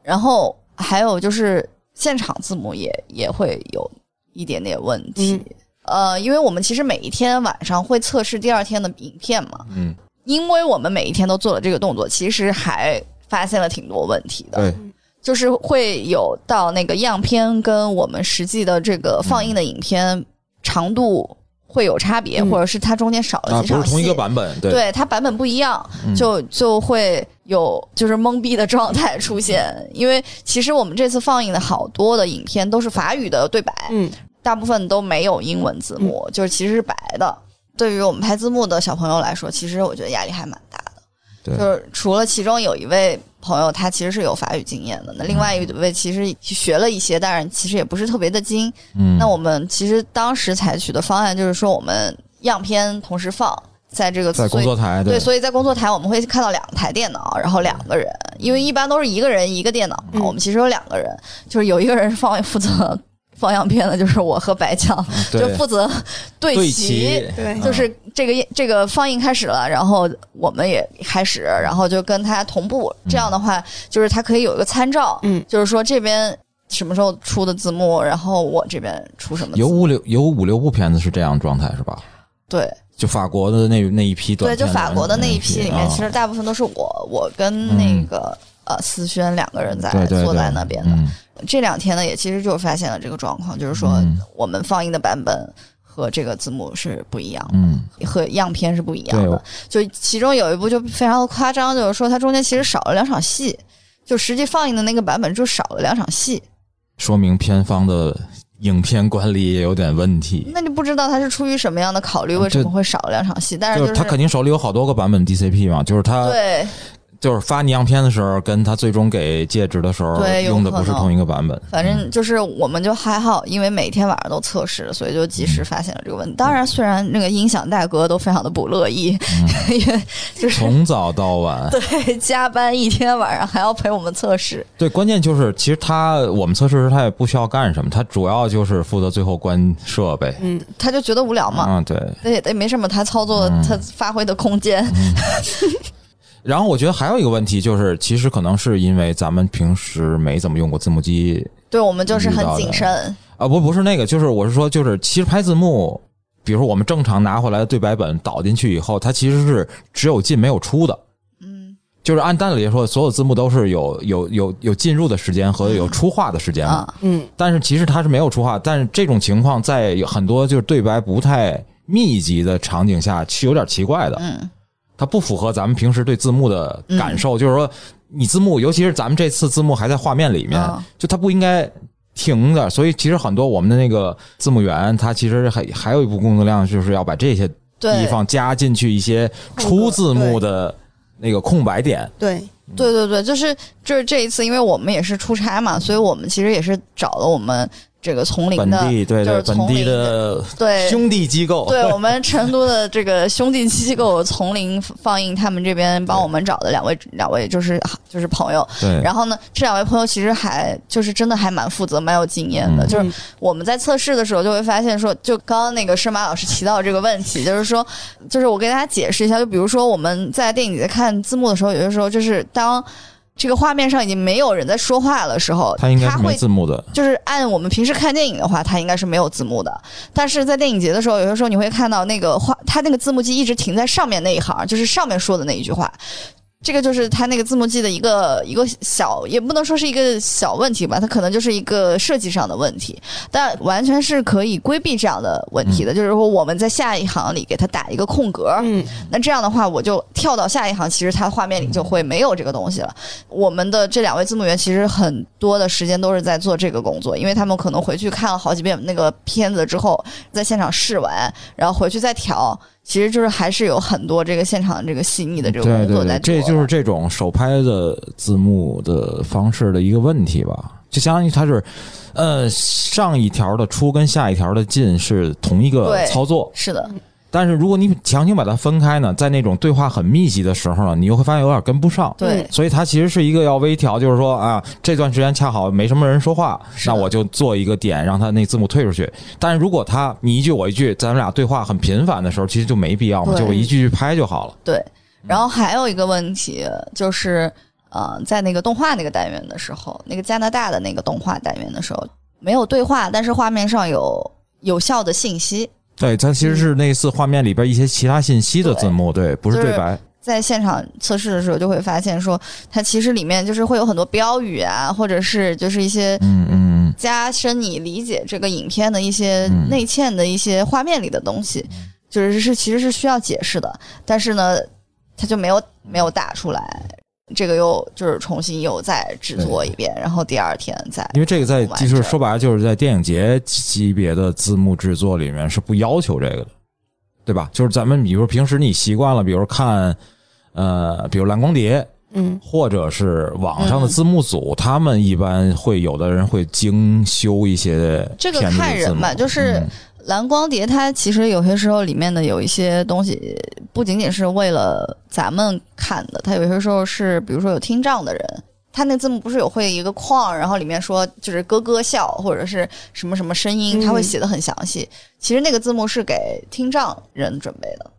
A: 然后还有就是现场字幕也也会有一点点问题。
C: 嗯
A: 呃，因为我们其实每一天晚上会测试第二天的影片嘛，
B: 嗯，
A: 因为我们每一天都做了这个动作，其实还发现了挺多问题的，
B: 对，
A: 就是会有到那个样片跟我们实际的这个放映的影片长度会有差别，
C: 嗯
A: 或者是它中间少了
B: 啊，
A: 几
B: 不
A: 场
B: 是
A: 戏，
B: 同一个版本，对，嗯
A: 对它版本不一样，就就会有就是懵逼的状态出现。因为其实我们这次放映的好多的影片都是法语的对白，
C: 嗯
A: 大部分都没有英文字幕，就是其实是白的。对于我们拍字幕的小朋友来说，其实我觉得压力还蛮大的。
B: 对
A: 就是除了其中有一位朋友，他其实是有法语经验的，那
B: 嗯
A: 另外一位其实学了一些，但是其实也不是特别的精。
B: 嗯，
A: 那我们其实当时采取的方案就是说，我们样片同时放在这个
B: 在
A: 所
B: 工
A: 以
B: 作台
A: 对，所以在工作台我们会看到两台电脑，然后两个人，因为一般都是一个人一个电脑嘛。
C: 嗯
A: 我们其实有两个人，就是有一个人是放负责放样片的，就是我和白酱，就
B: 嗯对
A: 负责对
B: 对
A: 齐。
B: 齐，
C: 对
A: 就是这个这个放映开始了，然后我们也开始，然后就跟他同步。这样的话，就是他可以有一个参照，
C: 嗯
A: 就是说这边什么时候出的字幕，然后我这边出什么字
B: 有
A: 幕，
B: 五六有五六部片子是这样状态是吧？
A: 对，
B: 就法国的那那一批短
A: 对，就
B: 片
A: 法
B: 的
A: 国的那一批
B: 批
A: 里面，
B: 啊嗯
A: 其实大部分都是我我跟那个、呃思轩两个人在
B: 对对
A: 坐在
B: 对
A: 那边的。
B: 嗯
A: 这两天呢，也其实就发现了这个状况，就是说
B: 嗯
A: 我们放映的版本和这个字幕是不一样的。
B: 嗯，哦
A: 和样片是不一样的，就其中有一部就非常的夸张，就是说它中间其实少了两场戏，就实际放映的那个版本就少了两场戏，
B: 说明片方的影片管理也有点问题。
A: 那就不知道它是出于什么样的考虑，为什么会少了两场戏？但是
B: 哦就是是他肯定手里有好多个版本 DCP 嘛，就是他
A: 对
B: 就是发拟样片的时候，跟他最终给戒指的时候
A: 对有
B: 用的不
A: 可
B: 是
A: 能
B: 同一个版本。
A: 反正就是我们就还好，因为每天晚上都测试，所以就及
B: 嗯
A: 时发现了这个问题。当然，虽然那个音响大哥都非常的不乐意， 因为就是
B: 嗯从早到晚，
A: 对加班一天晚上还要陪我们测试，
B: 对，关键就是其实他我们测试时他也不需要干什么，他主要就是负责最后关设备。
C: 嗯
A: 他就觉得无聊嘛。
B: 嗯，对。
A: 那也也没什么他操作、他发挥的空间，
B: 嗯然后我觉得还有一个问题就是，其实可能是因为咱们平时没怎么用过字幕机
A: 对我们就是很谨慎。
B: 啊，不不是那个，就是我是说，就是其实拍字幕，比如说我们正常拿回来的对白本导进去以后，它其实是只有进没有出的。
A: 嗯，
B: 就是按道理来说，所有字幕都是有有有有进入的时间和有出画的时间嘛。
A: 啊，
C: 嗯，
B: 但是其实它是没有出画，但是这种情况在很多就是对白不太密集的场景下是有点奇怪的，
A: 嗯，
B: 它不符合咱们平时对字幕的感受。就是说，你字幕，尤其是咱们这次字幕还在画面里面，
A: 啊
B: 就它不应该停的。所以其实很多我们的那个字幕员，他其实还还有一部工作量，就是要把这些地
A: 对，
B: 方加进去一些出字幕的那个空白点。
C: 对，
A: 对对对，就是就是这一次，因为我们也是出差嘛，所以我们其实也是找了我们这个丛林
B: 本
A: 的，
B: 地对
A: 就
B: 对
A: 是
B: 本
A: 丛
B: 地
A: 林
B: 的
A: 对
B: 兄弟机 构，
A: 对我们成都的这个兄弟机构丛林放映，他们这边帮我们找的两位两位就是就是朋友。
B: 对
A: 然后呢，这两位朋友其实还就是真的还蛮负责、蛮有经验的。
B: 嗯
A: 就是我们在测试的时候就会发现说，就刚刚那个深马老师提到这个问 题，就是说，就是我给大家解释一下，就比如说我们在电影节看字幕的时候，有些时候就是当这个画面上已经没有人在说话的时候，
B: 它应该是
A: 会
B: 没字幕的。
A: 就是按我们平时看电影的话，它应该是没有字幕的。但是在电影节的时候，有些时候你会看到那个画，它那个字幕机一直停在上面那一行，就是上面说的那一句话。这个就是它那个字幕机的一个一个小，也不能说是一个小问题吧，它可能就是一个设计上的问题，但完全是可以规避这样的问题的。就是说，我们在下一行里给它打一个空格，
C: 嗯，
A: 那这样的话，我就跳到下一行，其实它画面里就会没有这个东西了。我们的这两位字幕员其实很多的时间都是在做这个工作，因为他们可能回去看了好几遍那个片子之后，在现场试完，然后回去再调，其实就是还是有很多这个现场这个细腻的这个
B: 对
A: 工
B: 对
A: 作在做
B: 对，这
A: 的。
B: 就是这种手拍的字幕的方式的一个问题吧。就相当于它是，呃，上一条的出跟下一条的进是同一个
A: 对
B: 操作，
A: 是的，
B: 但是如果你强行把它分开呢，在那种对话很密集的时候呢，你又会发现有点跟不上。
A: 对。
B: 所以它其实是一个要微调，就是说啊，这段时间恰好没什么人说话，
A: 是
B: 那
A: 的
B: 我就做一个点，让它那字幕退出去。但是如果他你一句我一句，咱们俩对话很频繁的时候，其实就没必要嘛，
A: 对
B: 就我一句句拍就好了。
A: 对，然后还有一个问题就是，呃，在那个动画那个单元的时候，那个加拿大的那个动画单元的时候，没有对话，但是画面上有有效的信息。
B: 对，它
A: 嗯
B: 其实是类似画面里边一些其他信息的字幕，对，不是对白。
A: 在现场测试的时候，就会发现说，它其实里面就是会有很多标语啊，或者是就是一些
B: 嗯嗯
A: 加深你理解这个影片的一些内嵌的一些画面里的东西，就是是其实是需要解释的，但是呢，它就没有没有打出来，这个又就是重新又再制作一遍，然后第二天再
B: 嗯，因为这个在就是说白了，就是在电影节级别的字幕制作里面是不要求这个的，对吧？就是咱们比如平时你习惯了，比如看呃，比如蓝光碟，
C: 嗯，
B: 或者是网上的
A: 嗯
B: 字幕组，他们一般会有的人会精修一些
A: 这个
B: 片子的
A: 看
B: 字
A: 人
B: 幕
A: 吧，就是
B: 嗯
A: 蓝光碟，它其实有些时候里面的有一些东西，不仅仅是为了咱们看的，它有些时候是，比如说有听障的人，它那字幕不是有会一个框，然后里面说就是咯咯笑或者是什么什么声音，
C: 嗯
A: 它会写的很详细。其实那个字幕是给听障人准备的，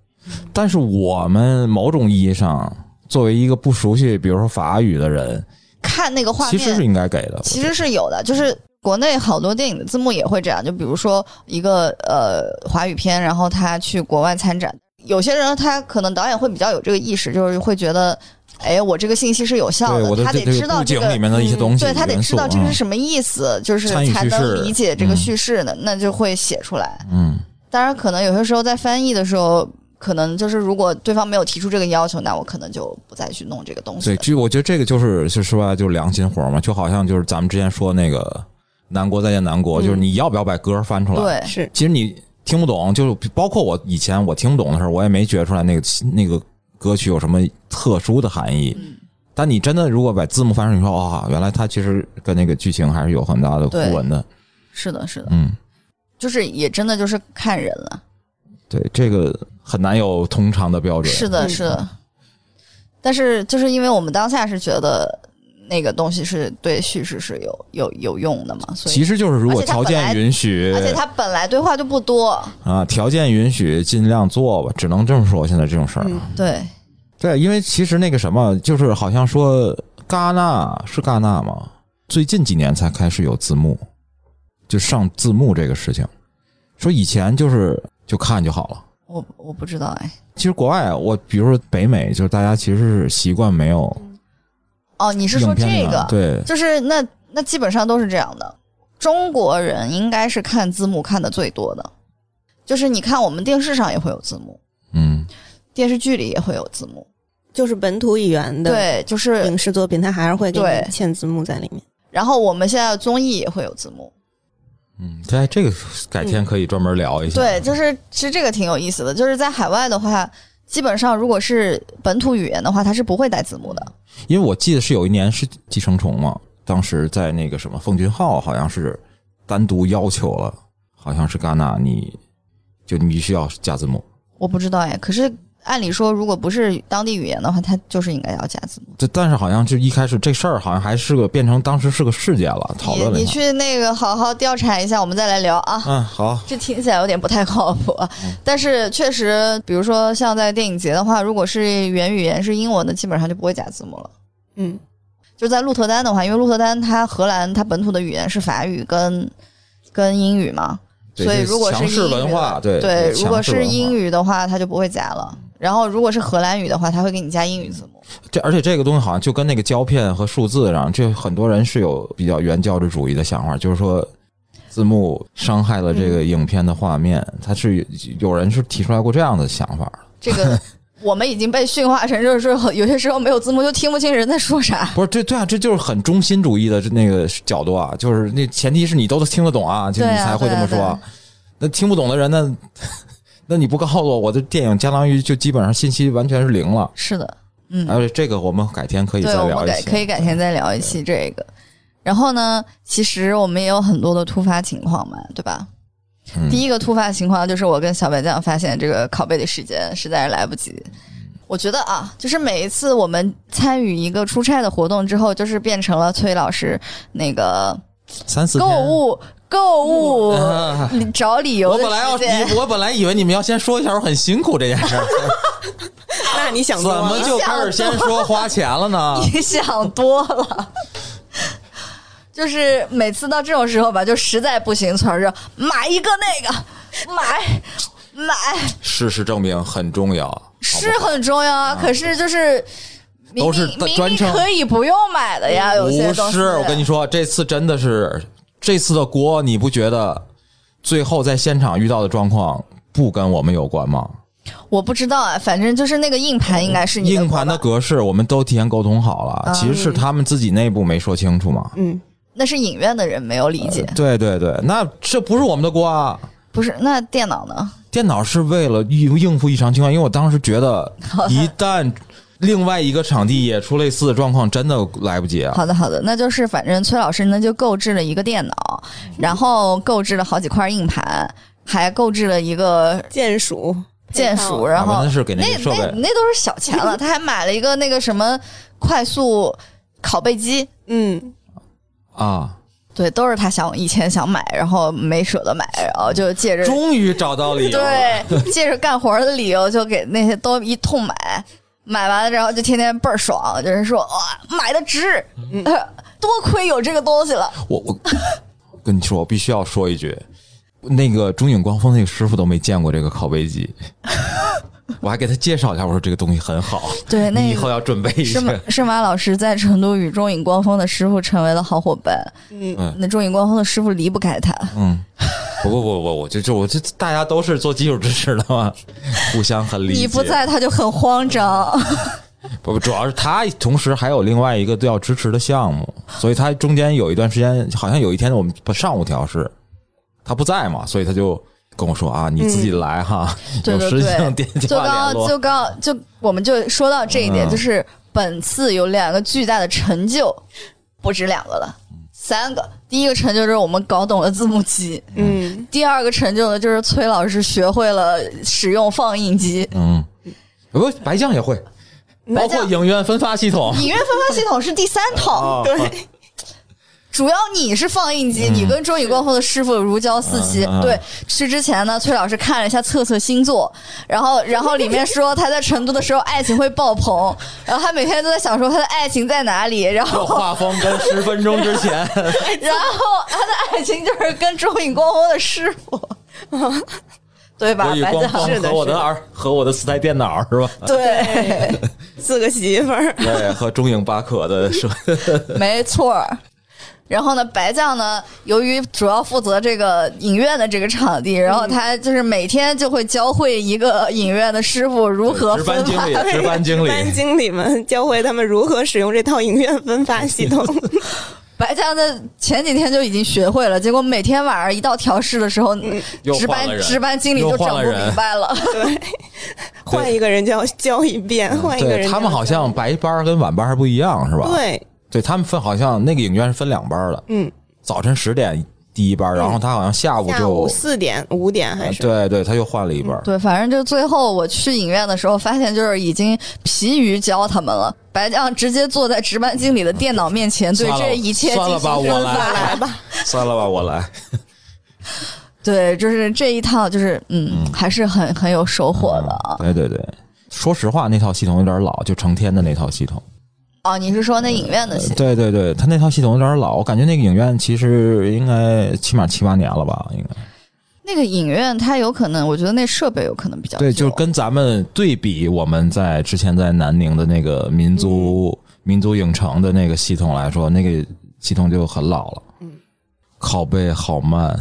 B: 但是我们某种意义上，作为一个不熟悉，比如说法语的人，
A: 看那个画
B: 其
A: 面
B: 实是应该给的。
A: 其实是有的，就是国内好多电影的字幕也会这样，就比如说一个呃华语片，然后他去国外参展，有些人他可能导演会比较有这个意识，就是会觉得，哎，我这个信息是有效
B: 对
A: 的，
B: 我的
A: 他
B: 这
A: 得
B: 这
A: 知
B: 个
A: 道
B: 布
A: 这
B: 景
A: 个嗯
B: 里。面的一些东西，
A: 对他得
B: 元
A: 知
B: 素
A: 道这是
B: 嗯
A: 什么意思，就是
B: 参与
A: 才
B: 叙
A: 能
B: 事
A: 理解这个
B: 嗯
A: 叙事呢，那就会写出来。
B: 嗯，
A: 当然，可能有些时候在翻译的时候，可能就是如果对方没有提出这个要求，那我可能就不再去弄这个东西
B: 对，
A: 了。
B: 就我觉得这个就是就是说白了就是良心活嘛，就好像就是咱们之前说那个“南国再见南国”，
C: 嗯
B: 就是你要不要把歌翻出来？，
A: 对，
C: 是，
B: 其实你听不懂，就是包括我以前我听不懂的时候，我也没觉出来那个那个歌曲有什么特殊的含义。
A: 嗯
B: 但你真的如果把字幕翻上去，你说啊、原来它其实跟那个剧情还是有很大的互文的。
A: 是的，是的，
B: 嗯，
A: 就是也真的就是看人了。
B: 对，这个很难有通常的标准。
A: 是的，
C: 嗯
A: 是的。但是就是因为我们当下是觉得那个东西是对叙事是有有有用的嘛，所以
B: 其实就是如果
A: 而且它
B: 条件
A: 本来
B: 允许，
A: 而且他本来对话就不多，
B: 啊，条件允许尽量做吧，只能这么说。现在这种事儿，
C: 嗯
A: 对，
B: 对，因为其实那个什么，就是好像说戛纳是戛纳吗？最近几年才开始有字幕，就上字幕这个事情。说以前就是就看就好了。
A: 我我不知道哎。
B: 其实国外，啊我比如说北美，就是大家其实是习惯没有
A: 哦，你是
B: 影
A: 说
B: 片
A: 这
B: 的，
A: 个？
B: 对，
A: 就是那那基本上都是这样的。中国人应该是看字幕看的最多的，就是你看我们电视上也会有字幕，
B: 嗯，
A: 电视剧里也会有字幕，
C: 就是本土语言的
A: 对，嗯就是
C: 影视作品，它还是会给
A: 对
C: 你嵌字幕在里面。
A: 然后我们现在的综艺也会有字幕，
B: 嗯，对，这个改天可以专门聊一
A: 嗯
B: 下。啊
A: 对，就是其实这个挺有意思的，就是在海外的话，基本上如果是本土语言的话，它是不会带字幕的，
B: 因为我记得是有一年是《寄生虫》嘛，当时在那个什么奉俊昊好像是单独要求了，好像是戛纳你就你必须要加字幕，
A: 我不知道哎，可是。按理说，如果不是当地语言的话，它就是应该要加字幕。
B: 这但是好像就一开始这事儿好像还是个变成当时是个事件了，讨论了
A: 你你
B: 一下。
A: 去那个好好调查一下，我们再来聊啊。
B: 嗯，好，
A: 这听起来有点不太靠谱，啊嗯但是确实，比如说像在电影节的话，如果是原语言是英文的，基本上就不会加字幕了。
C: 嗯，
A: 就在鹿特丹的话，因为鹿特丹它荷兰它本土的语言是法语跟跟英语嘛，
B: 对
A: 所以
B: 这
A: 如果是
B: 强势
A: 英语的
B: 文化对
A: 对，
B: 强
A: 如果
B: 势文
A: 是
B: 化
A: 英语的话，它就不会加了。然后如果是荷兰语的话，它会给你加英语字 幕。
B: 这而且这个东西好像就跟那个胶片和数字上，这很多人是有比较原教旨主义的想法，就是说字幕伤害了
A: 嗯
B: 这个影片的画面，他是有人是提出来过这样的想法。
A: 这个我们已经被驯化成就是说，有些时候没有字幕就听不清人在说啥。
B: 不是，这对啊，这就是很中心主义的那个角度啊，就是那前提是你都听得懂啊，就
A: 对
B: 你
A: 啊
B: 才会这么说。
A: 对啊
B: 那 听不懂的人呢，那你不告诉我，我的电影相当于就基本上信息完全是零了。
A: 是的，嗯，
B: 而且这个我们改天可以再
A: 对，我
B: 聊
A: 们
B: 一
A: 改
B: 期，
A: 可以改天再聊一期这个。然后呢，其实我们也有很多的突发情况嘛，对吧？
B: 嗯
A: 第一个突发情况就是我跟小白酱发现这个拷贝的时间实在是来不及。我觉得啊，就是每一次我们参与一个出差的活动之后，就是变成了崔老师那个
B: 三四
A: 购
B: 天。
A: 物购物
B: 啊
A: 你找理由
B: 我
A: 的
B: 本来要
A: 时间。
B: 你，我本来以为你们要先说一下我很辛苦这件 事儿，
C: 那你想
B: 怎
C: 多了
B: 么就开始先说花钱了呢？
A: 你想多了。就是每次到这种时候吧，就实在不行，村儿就买一个那个，买买
B: 事实证明很重要，好不 好
A: 是很重要啊。可是就是明
B: 都是
A: 明明
B: 专
A: 明
B: 程
A: 可以不用买的呀，有些东
B: 不
A: 西。
B: 是，我跟你说，这次真的是这次的锅，你不觉得最后在现场遇到的状况不跟我们有关吗？
A: 我不知道啊，反正就是那个硬盘应该是你
B: 硬盘的
A: 的锅吧，嗯
B: 格式我们都提前沟通好了，其实是他们自己内部没说清楚嘛。
C: 嗯，
A: 那是影院的人没有理解，
B: 对对对，那这不是我们的锅啊！
A: 不是？那电脑呢？
B: 电脑是为了应应付异常情况，因为我当时觉 得一旦另外一个场地也出类似的状况，真的来不及啊。
A: 好的，好的，那就是反正崔老师呢就购置了一个电脑，然后购置了好几块硬盘，还购置了一个
C: 键鼠，
A: 键鼠，然
B: 啊
A: 后
B: 那是给那
A: 那
B: 个设
A: 那
B: 备，
A: 那都是小钱了，他还买了一个那个什么快速拷贝机，
C: 嗯，
B: 啊，
A: 对，都是他想以前想买，然后没舍得买，然后就借着
B: 终于找到理由了。
A: 对借着干活的理由就给那些都一通买，买完了之后就天天倍儿爽，就是说哇买的值，多亏有这个东西了，
B: 我我跟你说，我必须要说一句，那个中影光峰那个师傅都没见过这个拷 贝机，我还给他介绍一下，我说这个东西很好，
A: 对，那个
B: 你以后要准备一
A: 是
B: 下
A: 马。是马老师在成都与中影光峰的师傅成为了好伙伴。
C: 嗯
B: 嗯
A: 那中影光峰的师傅离不开他。
B: 嗯，不不不不，我就就我这大家都是做技术支持的嘛，互相很理解。
A: 你不在，他就很慌张。
B: 不，不主要是他同时还有另外一个要支持的项目，所以他中间有一段时间，好像有一天我们上午调是他不在嘛，所以他就。跟我说啊，你自己来哈，
A: 嗯对对
B: 有事情
A: 对，
B: 电
A: 就
B: 话联
A: 刚
B: 络。
A: 就刚就我们就说到这一点，
B: 嗯
A: 就是。本次有两个巨大的成就，不止两个了，
B: 嗯
A: 三个。第一个成就就是我们搞懂了字幕机，
C: 嗯，
A: 第二个成就呢就是崔老师学会了使用放映 机。
B: 嗯，不，白酱也会，包
A: 白酱
B: 括影院分发系 统。啊
A: 影院分发系统是第三
B: 哦
A: 套，
C: 对，
A: 主要你是放映机，你跟中影光伏的师傅如胶似漆。
B: 嗯嗯嗯嗯
A: 对，去之前呢，崔老师看了一下测测星座，然 后然后里面说他在成都的时候爱情会爆棚，然后他每天都在想说他的爱情在哪里，然
B: 这
A: 后
B: 画风跟十分钟之前
A: 然后他的爱情就是跟中影光伏的师傅， 对吧
B: 我？与
A: 白
B: 光
A: 讲
B: 光和我的儿和我的四台电脑是吧？
A: 对，
C: 四个媳妇儿，
B: 对，和中影巴可 的说，
A: 没错儿。然后呢，白酱呢，由于主要负责这个影院的这个场地，然后他
B: 嗯
A: 就是每天就会教会一个影院的师傅如何
B: 值班
A: 分
B: 经
A: 发
B: 理，值班经理，
C: 班经理们教会他们如何使用这套影院分发系统。
A: 白酱在前几天就已经学会了，结果每天晚上一到调试的时候，
B: 嗯又
A: 值
B: 换了
A: 班
B: 人
A: 值班经理就
B: 又换
A: 整
B: 了
A: 不明
B: 人
A: 白了。
C: 对，换一个人教教一遍，换一个人
B: 对
C: 教。
B: 他们好像白班儿跟晚班儿还不一样是吧？，
C: 对，
B: 对他们分好像那个影院是分两班儿的，
C: 嗯，
B: 早晨十点第一班儿，然后他好像下午
C: 下
B: 就，
C: 午
B: 呃
C: 四点、五点还是嗯
B: 对对，他又换了一班儿。
A: 对，反正就最后我去影院的时候，发现就是已经疲于教他们了。白酱直接坐在值班经理的电脑面前，对
B: 算了
A: 这一切进
B: 算了
A: 行
B: 吧我
A: 分
B: 来
A: 发。
C: 来吧？
B: 算了吧，我来。
A: 对，就是这一套，就是嗯，还是很很有收获的啊。
B: 嗯对对对，说实话，那套系统有点老，就成天的那套系统。
A: 哦，你是说那影院的戏？
B: 嗯呃对对对，他那套系统有点老，我感觉那个影院其实应该起码七八年了吧，应该。
A: 那个影院它有可能，我觉得那设备有可能比较
B: 对，
A: 旧
B: 就跟咱们对比，我们在之前在南宁的那个民族、民族影城的那个系统来说，那个系统就很老了。嗯，拷贝好慢。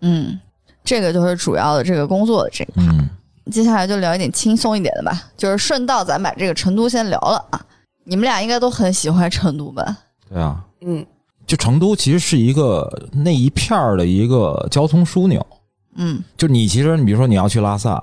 A: 嗯，这个就是主要的这个工作的这个。
B: 嗯，
A: 接下来就聊一点轻松一点的吧，就是顺道咱把这个成都先聊了啊。你们俩应该都很喜欢成都吧？
B: 对啊，
C: 嗯，
B: 就成都其实是一个那一片儿的一个交通枢纽。
A: 嗯，
B: 就你其实，你比如说你要去拉萨，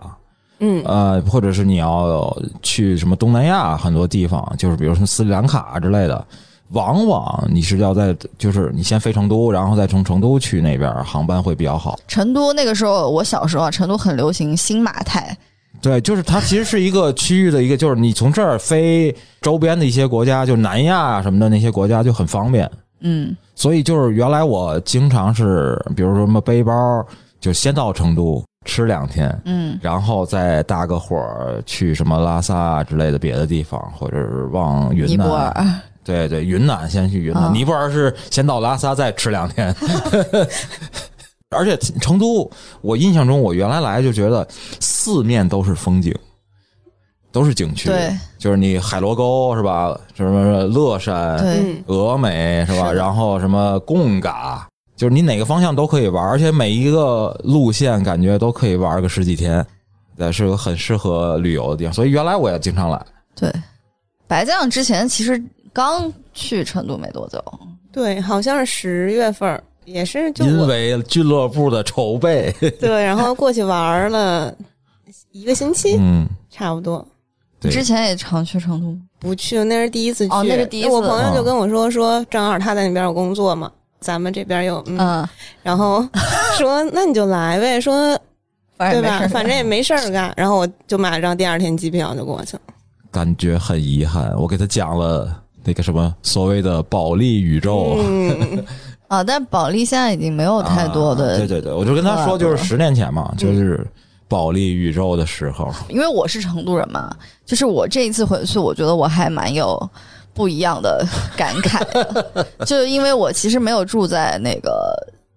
C: 嗯
B: 呃，或者是你要去什么东南亚很多地方，就是比如说斯里兰卡之类的，往往你是要在就是你先飞成都，然后再从成都去那边，航班会比较好。
A: 成都那个时候，我小时候啊，成都很流行新马泰，
B: 对，就是它其实是一个区域的一个，就是你从这儿飞周边的一些国家，就是南亚什么的那些国家就很方便。
A: 嗯，
B: 所以就是原来我经常是，比如说什么背包，就先到成都吃两天，
A: 嗯，
B: 然后再搭个火儿去什么拉萨之类的别的地方，或者是往云
A: 尼泊
B: 南。
A: 尔，
B: 对对，云南先去云南，
A: 啊
B: 尼泊尔是先到拉萨再吃两天。 而且成都，我印象中我原来来就觉得四面都是风景，都是景区，
A: 对
B: 就是你海螺沟是吧？什么乐山、
A: 对，
C: 嗯，
B: 峨眉是吧？
A: 是的
B: 然后什么贡嘎，就是你哪个方向都可以玩，而且每一个路线感觉都可以玩个十几天，呃，是个很适合旅游的地方。所以原来我也经常来，
A: 对。白酱之前其实刚去成都没多久，
C: 对，好像是十月份儿，也是就
B: 因
C: 我
B: 为俱乐部的筹备，
C: 对，然后过去玩儿了一个星期，
B: 嗯，
C: 差不多。
B: 对，
A: 之前也常去成都吗。
C: 不去，那是第一次去。
A: 哦那是第一次哦
C: 我朋友就跟我说说，正好他在那边有工作嘛，咱们这边有，嗯，
A: 嗯，
C: 然后说那你就来 呗，说
A: 反
C: 对
A: 正也哎没事
C: 吧，
A: 儿
C: 反正也没事儿干。然后我就买了张第二天机票就过去了。
B: 感觉很遗憾，我给他讲了那个什么所谓的保利宇
A: 哦
B: 宙。
C: 嗯，
A: 啊，但保利现在已经没有太多的，
B: 啊对对对，我就跟他说，就是十年前嘛，就是保利宇宙的时候，
A: 因为我是成都人嘛，就是我这一次回去，我觉得我还蛮有不一样的感慨 的，就是因为我其实没有住在那个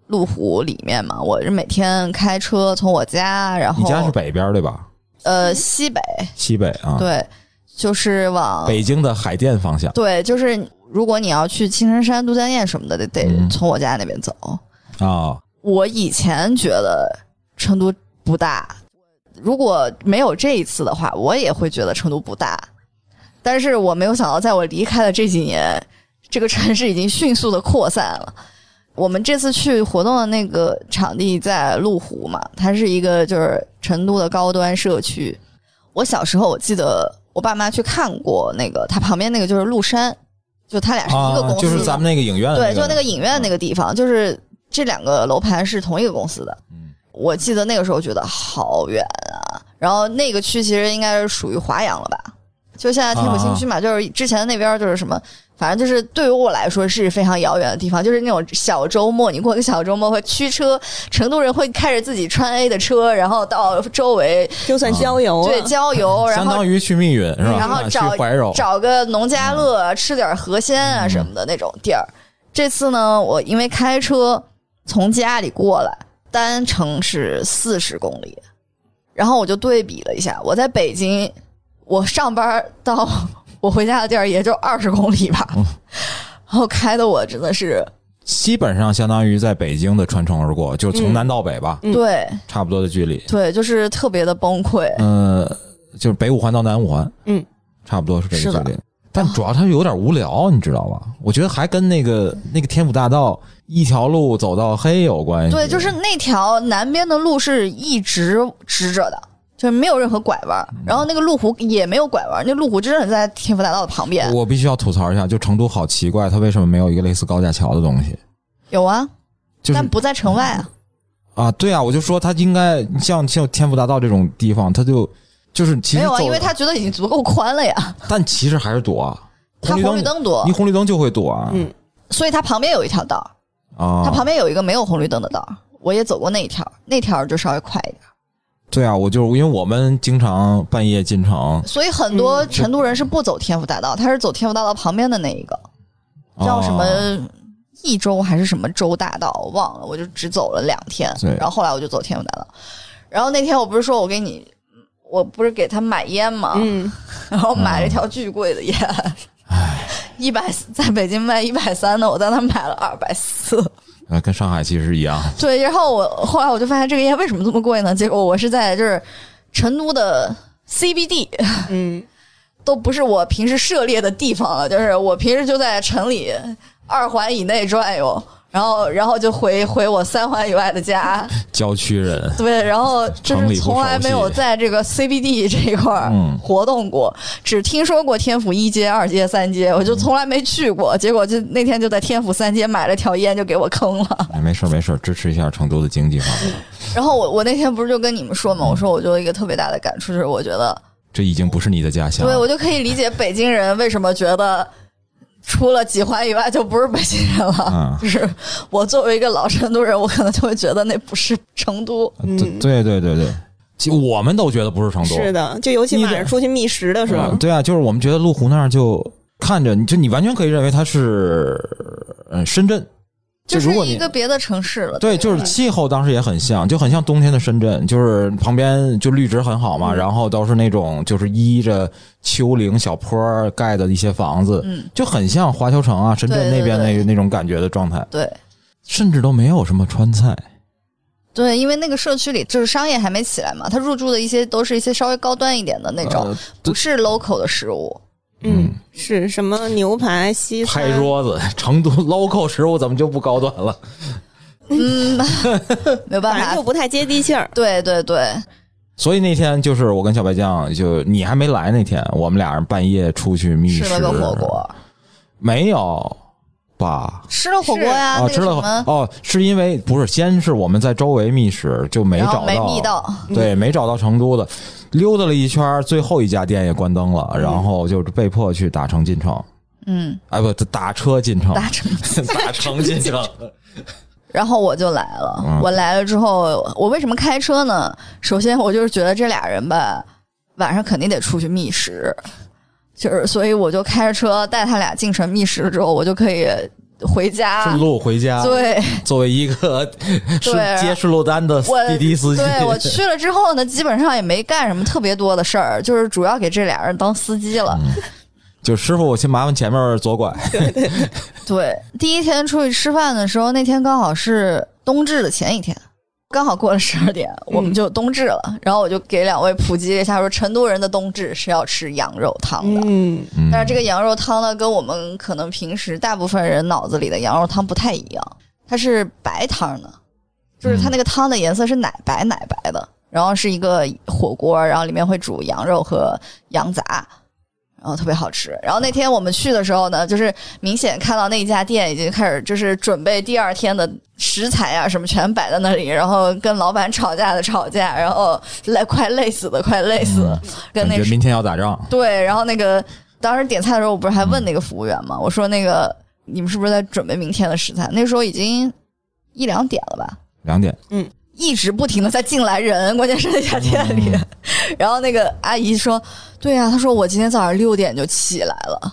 A: 路虎里面嘛，我是每天开车从我家，然后
B: 你家是北边对吧？
A: 呃西北，
B: 西北啊，
A: 对，就是往
B: 北京的海淀方向
A: 对，就是如果你要去青城山、都江堰什么的，得得
B: 嗯
A: 从我家那边走。
B: 啊。
A: 我以前觉得成都不大，如果没有这一次的话，我也会觉得成都不大。但是我没有想到，在我离开的这几年，这个城市已经迅速的扩散了。我们这次去活动的那个场地在麓湖嘛，它是一个就是成都的高端社区。我小时候我记得我爸妈去看过那个，它旁边那个就是麓山，就它俩是一个公
B: 啊
A: 司，的，
B: 就是咱们嗯那个影院的、
A: 对，就那个影院那
B: 个
A: 个地方，就是这两个楼盘是同一个公司的。
B: 嗯
A: 我记得那个时候觉得好远啊，然后那个区其实应该是属于华阳了吧？就现在天府
B: 啊
A: 新区嘛，就是之前那边就是什么，反正就是对于我来说是非常遥远的地方，就是那种小周末，你过个小周末会驱车，成都人会开着自己川 A 的车，然后到周围
C: 就算郊游啊
A: 对
C: 了。
A: 郊 游，然
B: 哦相
A: 后
B: 当于去密云是吧？
A: 嗯然后
B: 啊
A: 找
B: 去怀柔，嗯
A: 找个农家乐啊、吃点河鲜啊什么的那种地儿。这次呢，我因为开车从家里过来，单程是四十公里，然后我就对比了一下，我在北京，我上班到 我回家的地儿也就二十公里吧，
B: 嗯
A: 然后开的我真的是
B: 基本上相当于在北京的穿城而过，就是从
C: 嗯
B: 南到北吧，
C: 嗯
A: 对
B: 差不多的距离。
A: 对，就是特别的崩溃。
B: 呃，就是北五环到南五环，
C: 嗯，
B: 差不多是这
A: 是
B: 个
A: 的
B: 距离。但主要它有点无聊，你知道吧？我觉得还跟那个那个天府大道一条路走到黑有关系。
A: 对，就是那条南边的路是一直直着的，就是没有任何拐弯儿。然后那个路虎也没有拐弯儿，那路虎真的在天府大道的旁边。
B: 我必须要吐槽一下，就成都好奇怪，它为什么没有一个类似高架桥的东西？
A: 有啊，
B: 就是
A: 但不在城外啊。
B: 啊，对啊，我就说它应该像像天府大道这种地方，它就就是其
A: 没
B: 实
A: 有啊，
B: 走
A: 因为他觉得已经足够宽了呀。
B: 但其实还是躲啊，
A: 他红绿
B: 灯
A: 灯多
B: 你，红绿灯就会躲啊，
C: 嗯
A: 所以他旁边有一条道儿，
B: 啊，
A: 他旁边有一个没有红绿灯的道儿。我也走过那一条，那条就稍微快一点。
B: 对啊，我就是因为我们经常半夜进城，
A: 所以很
B: 嗯
A: 多成都人是不走天府大道，他是走天府大道旁边的那一个，叫什么
B: 啊
A: 益州还是什么州大道，我忘了，我就只走了两天
B: 对，
A: 然后后来我就走天府大道。然后那天我不是说我给你，我不是给他买烟嘛，
C: 嗯，
A: 然后买了一条巨贵的烟，一百在北京卖一百三的，我在那买了二百四。
B: 呃跟上海其实一样，
A: 对，然后我后来我就发现这个烟为什么这么贵呢？结果我是在就是成都的 CBD，
C: 嗯，
A: 都不是我平时涉猎的地方了，就是我平时就在城里二环以内转悠，然后然后就回回我三环以外的家，
B: 郊区人，
A: 对，然后就
B: 城里
A: 是
B: 不熟
A: 从来没有
B: 悉
A: 在这个 CBD 这一块儿
B: 嗯
A: 活动过，只听说过天府一街、二街、三街，我就从来没去过，结果就那天就在天府三街买了条烟，就给我坑了。
B: 哎没事儿没事儿，支持一下成都的经济发展，
A: 然后我我那天不是就跟你们说嘛，我说我就有一个特别大的感触，就是我觉得。
B: 这已经不是你的家乡，
A: 对，我就可以理解北京人为什么觉得出了几环以外就不是北京人了。
B: 嗯
A: 就是我作为一个老成都人，我可能就会觉得那不是成都。
B: 呃对对对对对，其我们都觉得不
A: 哦
B: 是成都，
C: 是的，就尤其晚上出去觅食的时候
B: 嗯，对啊，就是我们觉得路虎那儿就看着，你就你完全可以认为它是嗯深圳，
A: 就是
B: 如果
A: 一
B: 你
A: 个别的城市了，
B: 对，就是气候当时也很像，就很像冬天的深圳，就是旁边就绿植很好
A: 嗯
B: 嘛，然后都是那种就是依着丘陵小坡儿盖的一些房子，
A: 嗯
B: 就很像华侨城啊、深圳
A: 对对
B: 那边那
A: 对
B: 那种感觉的状态，
A: 对
B: 甚至都没有什么川菜。
A: 对，因为那个社区里就是商业还没起来嘛，它入驻的一些都是一些稍微高端一点的那种，
B: 呃
A: 不是 local 的食 物。
C: 嗯，是什么牛排、西餐
B: 拍桌子， 成都 local 食物怎么就不高端了？
A: 嗯，没有办
C: 反正
A: 法。
C: 就不太接地气儿。
A: 对对对，
B: 所以那天就是我跟小白酱，就你还没来那天，我们俩人半夜出去觅食，
A: 吃了个火锅，
B: 没有吧？
A: 吃了火锅呀，啊
B: 哦，
A: 那个
B: 吃
A: 什
B: 了
A: 么，
B: 哦，是因为不是，先是我们在周围觅食，就没
A: 然
B: 找
A: 后
B: 到，哦
A: 没觅到，
B: 对，没找到成都的，溜达了一圈儿，最后一家店也关灯了，然后就被迫去打城进城，
A: 嗯，
B: 哎，不，打车进城，
A: 大城
B: 打城 进城，
A: 然后我就来了。
B: 嗯
A: 我来了之后，我为什么开车呢？首先，我就是觉得这俩人吧，晚上肯定得出去觅食，就是所以我就开着车带他俩进城觅食了之后，我就可以回家
B: 顺。路回家。
A: 啊 对，
B: 作为一个是接顺路单的
A: 我
B: 滴滴司机，
A: 对我去了之后呢，基本上也没干什么特别多的事儿，就是主要给这俩人当司机了。
B: 就师傅，我先麻烦前面左拐。
A: 对，第一天出去吃饭的时候，那天刚好是冬至的前一天，刚好过了十二点，我们就冬至了。然后我就给两位普及了一下，说成都人的冬至是要吃羊肉汤的。
C: 嗯，
B: 嗯
A: 但是这个羊肉汤呢，跟我们可能平时大部分人脑子里的羊肉汤不太一样，它是白汤的，就是
B: 嗯
A: 它那个汤的颜色是奶白奶白的，然后是一个火锅，然后里面会煮羊肉和羊杂，然后特别好吃。然后那天我们去的时候呢，就是明显看到那一家店已经开始就是准备第二天的食材啊什么全摆在那里，然后跟老板吵架的吵架，然后累快累死的快累死，
B: 嗯
A: 跟
B: 感
A: 那
B: 觉明天要打仗。
A: 对，然后那个当时点菜的时候，我不是还问那个服务员嘛，
B: 嗯
A: 我说那个你们是不是在准备明天的食材？那时候已经一两点了吧，
B: 两点，
A: 一直不停的在进来
B: 嗯
A: 人，关键是那家店里。然后那个阿姨说：“对啊呀、她说我今天早上六点就起来了，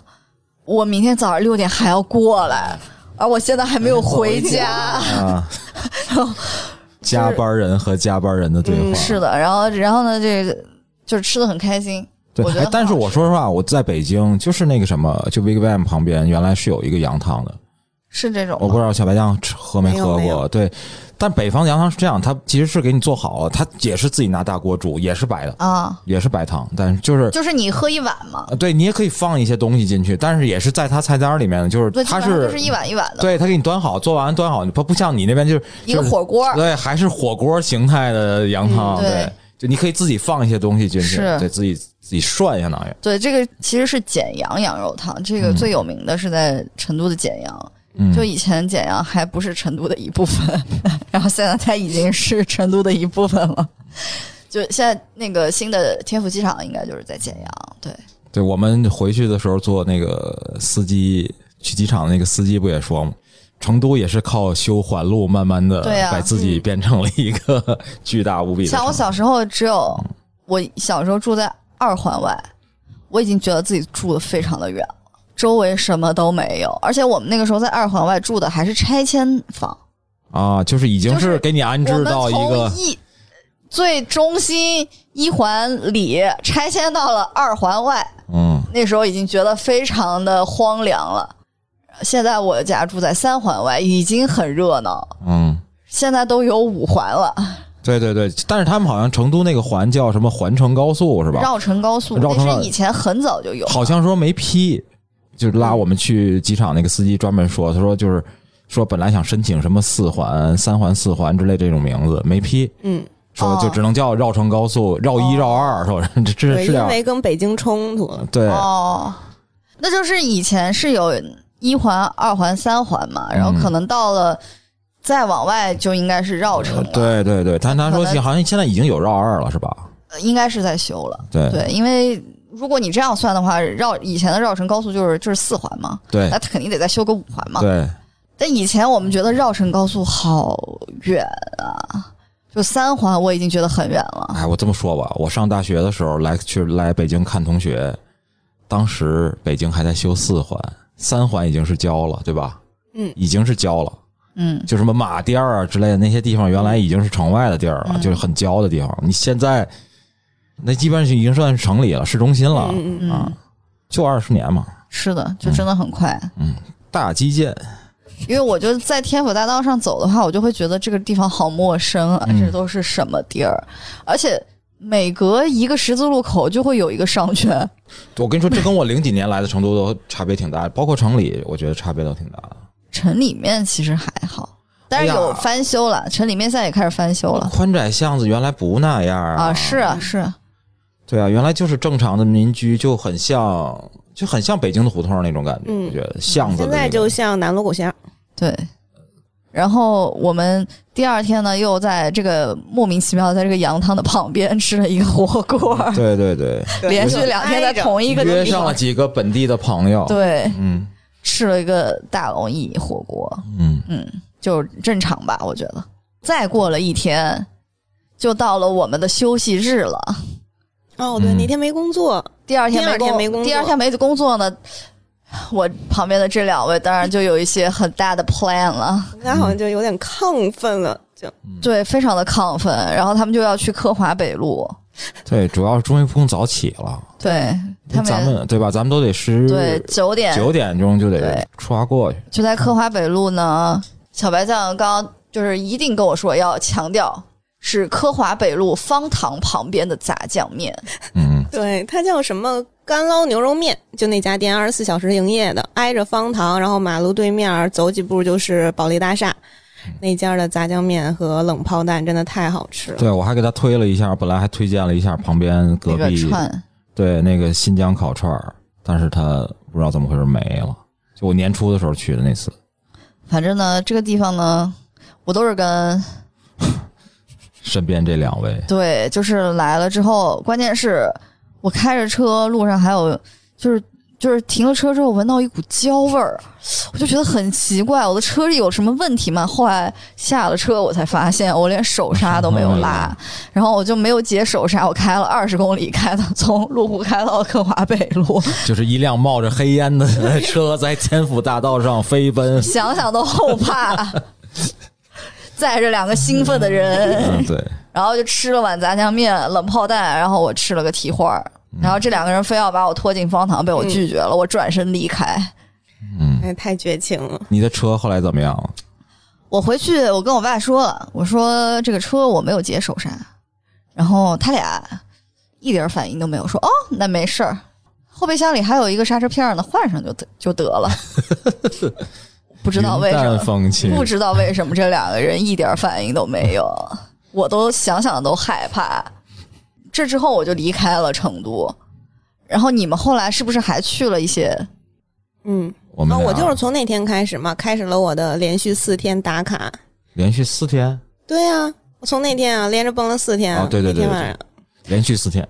A: 我明天早上六点还要过来，
B: 嗯
A: 而我现在还没有回家。
B: 啊，加班人和加班人的对话、
C: 嗯
A: 是的，然后然后呢，这个就是吃的很开心。
B: 对
A: 我觉得，
B: 哎但是
A: 很好
B: 我说实话，我在北京就是那个什么，就 Big Bang 旁边原来是有一个羊汤的，
A: 是这种
B: 我不
A: 吗
B: 知道小白酱吃喝没喝
C: 没有没
B: 过。
C: 有
B: 对，但北方羊汤是这样，它其实是给你做好了，它也是自己拿大锅煮，也是白的，
A: 啊，
B: 也是白汤，但是就是。
A: 就是你喝一碗嘛，
B: 呃对你也可以放一些东西进去，但是也是在它菜单里面的，就是
A: 对，基
B: 它
A: 本上
B: 是
A: 都是一碗一碗的，
B: 对他给你端好，做完端好，它不像你那边就是
A: 一个
B: 就是
A: 火锅。
B: 对，还是火锅形态的羊汤，
A: 嗯对
B: 就你可以自己放一些东西进去，
A: 是
B: 对自己自己涮，相当于，
A: 对，这个其实是简阳羊肉汤，这个
B: 嗯
A: 最有名的是在成都的简阳。
B: 嗯，
A: 就以前简阳还不是成都的一部分， 然后现在它已经是成都的一部分了。就现在那个新的天府机场应该就是在简阳，对，
B: 对我们回去的时候坐那个司机去机场的那个司机不也说吗？成都也是靠修环路，慢慢的
A: 对啊嗯
B: 把自己变成了一个巨大无比的城
A: 像我
B: 市。嗯
A: 小时候只有我小时候住在二环外，我已经觉得自己住的非常的远了，周围什么都没有，而且我们那个时候在二环外住的还是拆迁房，
B: 啊，就是已经
A: 就是
B: 给你安
A: 我
B: 置
A: 们
B: 到一个
A: 从一最中心一环里拆迁到了二环外，
B: 嗯，
A: 那时候已经觉得非常的荒凉了。现在我家住在三环外，已经很热闹，
B: 嗯，
A: 现在都有五环了，
B: 对对对，但是他们好像成都那个环叫什么环城高速是吧？
A: 绕城高速
B: 绕城
A: 那
B: 高
A: 是以前很早就有了，
B: 好像说没批，就拉我们去机场那个司机专门说，他说就是说本来想申请什么四环、三环、四环之类这种名字，没批，
C: 嗯，
B: 说
A: 哦
B: 就只能叫绕城高速、绕一、
A: 哦
B: 绕二，说 这这
C: 对，
B: 是这
C: 因
B: 样，
C: 为跟北京冲突了，
B: 对，
A: 哦，那就是以前是有一环、二环、三环嘛，然后
B: 嗯
A: 可能到了再往外就应该是绕城了，，
B: 对对对，但他说
A: 可能
B: 好像现在已经有绕二了，是吧？
A: 呃应该是在修了，
B: 对
A: 对，因为。如果你这样算的话，绕以前的绕城高速就是就是四环嘛，
B: 对
A: 那肯定得再修个五环嘛。
B: 对，
A: 但以前我们觉得绕城高速好远啊，就三环我已经觉得很远了。
B: 哎，我这么说吧，我上大学的时候来去来北京看同学，当时北京还在修四环，三环已经是郊了，对吧？
C: 嗯
B: 已经是郊了。
A: 嗯，
B: 就什么马甸儿啊之类的那些地方，原来已经是城外的地儿
A: 嗯
B: 了，就是很郊的地方。你现在那基本上已经算是城里了，市中心了，
C: 嗯嗯
A: 嗯
B: 啊嗯就二十年嘛，
A: 是的，就真的很快。
B: 大基建。
A: 因为我就在天府大道上走的话，我就会觉得这个地方好陌生啊，
B: 嗯
A: 这都是什么地儿？而且每隔一个十字路口就会有一个商圈。
B: 我跟你说，这跟我零几年来的成都都差别挺大的，包括城里，我觉得差别都挺大的。
A: 城里面其实还好，但是
B: 哎呀
A: 有翻修了，城里面现在也开始翻修了
B: 宽窄巷子原来不那样
A: 啊。是
C: 嗯
A: 啊，是啊，
B: 对啊，原来就是正常的民居，就很像，就很像北京的胡同那种感觉。
C: 嗯
B: 我觉得巷子的
C: 现
B: 那个、
C: 在就像南锣鼓巷，
A: 对。然后我们第二天呢，又在这个莫名其妙的在这个羊汤的旁边吃了一个火锅，
B: 对对对，
C: 对
A: 连续两天在同一个
B: 约
A: 地
B: 上了
A: 方，
B: 几个本地的朋友。，
A: 对，
B: 嗯
A: 吃了一个大龙燚火锅，
B: 嗯，
A: 嗯，就正常吧，我觉得。再过了一天，就到了我们的休息日了。
C: 哦，对，
B: 嗯
C: 那天没工作，
A: 第二天
C: 第二天没工
A: 工，
C: 作
A: 第二天没工作呢，我旁边的这两位当然就有一些很大的 plan 了。
C: 他好像就有点亢奋了，就
A: 对，非常的亢奋，然后他们就要去科华北路，
B: 对，主要是终于不用早起了。
A: 对他
B: 咱们对吧？咱们都得十
A: 对九点
B: 九点钟就得
A: 对
B: 出发过去。
A: 就在科华北路呢。小白酱刚刚就是一定跟我说要强调是科华北路方糖旁边的炸酱面，
B: 嗯，
C: 对，它叫什么干捞牛肉面，就那家店二十四小时营业的，挨着方糖，然后马路对面儿走几步就是保利大厦。
B: 嗯
C: 那家的炸酱面和冷泡蛋真的太好吃了，
B: 对我还给他推了一下，本来还推荐了一下旁边隔
A: 那个
B: 壁
A: 串
B: 对那个新疆烤串儿，但是它不知道怎么回事没了。就我年初的时候去的那次，
A: 反正呢，这个地方呢，我都是跟
B: 身边这两位
A: 对，就是来了之后，关键是我开着车，路上还有就是就是停了车之后闻到一股焦味儿，我就觉得很奇怪，我的车里有什么问题吗？后来下了车，我才发现我连手刹都没有拉， 然后我就没有解手刹，我开了二十公里，开到从路虎开到科华北路，
B: 就是一辆冒着黑烟的车在天府大道上飞奔。
A: 想想都后怕。 载着两个兴奋的人，
B: 嗯，对，
A: 然后就吃了碗炸酱面、冷泡蛋，然后我吃了个蹄花儿，然后这两个人非要把我拖进方糖，被我拒绝了，我转身离开。
C: 哎，太绝情了。
B: 你的车后来怎么样？
A: 我回去，我跟我爸说了，我说这个车我没有解手刹，然后他俩一点反应都没有，说哦，那没事儿，后备箱里还有一个刹车片儿呢，换上就得就得了。不知道为什
B: 云
A: 么
B: 淡，风轻，
A: 不知道为什么这两个人一点反应都没有，我都想想都害怕。这之后我就离开了成都，然后你们后来是不是还去了一些？
C: 嗯，
B: 我们
C: 啊，我
B: 俩
C: 就是从那天开始嘛，开始了我的连续四天打卡。
B: 连续四天，
C: 对啊，我从那天啊连着蹦了四天啊，
B: 哦对对对
C: 那天
B: 对
C: 晚上，
B: 连续四天。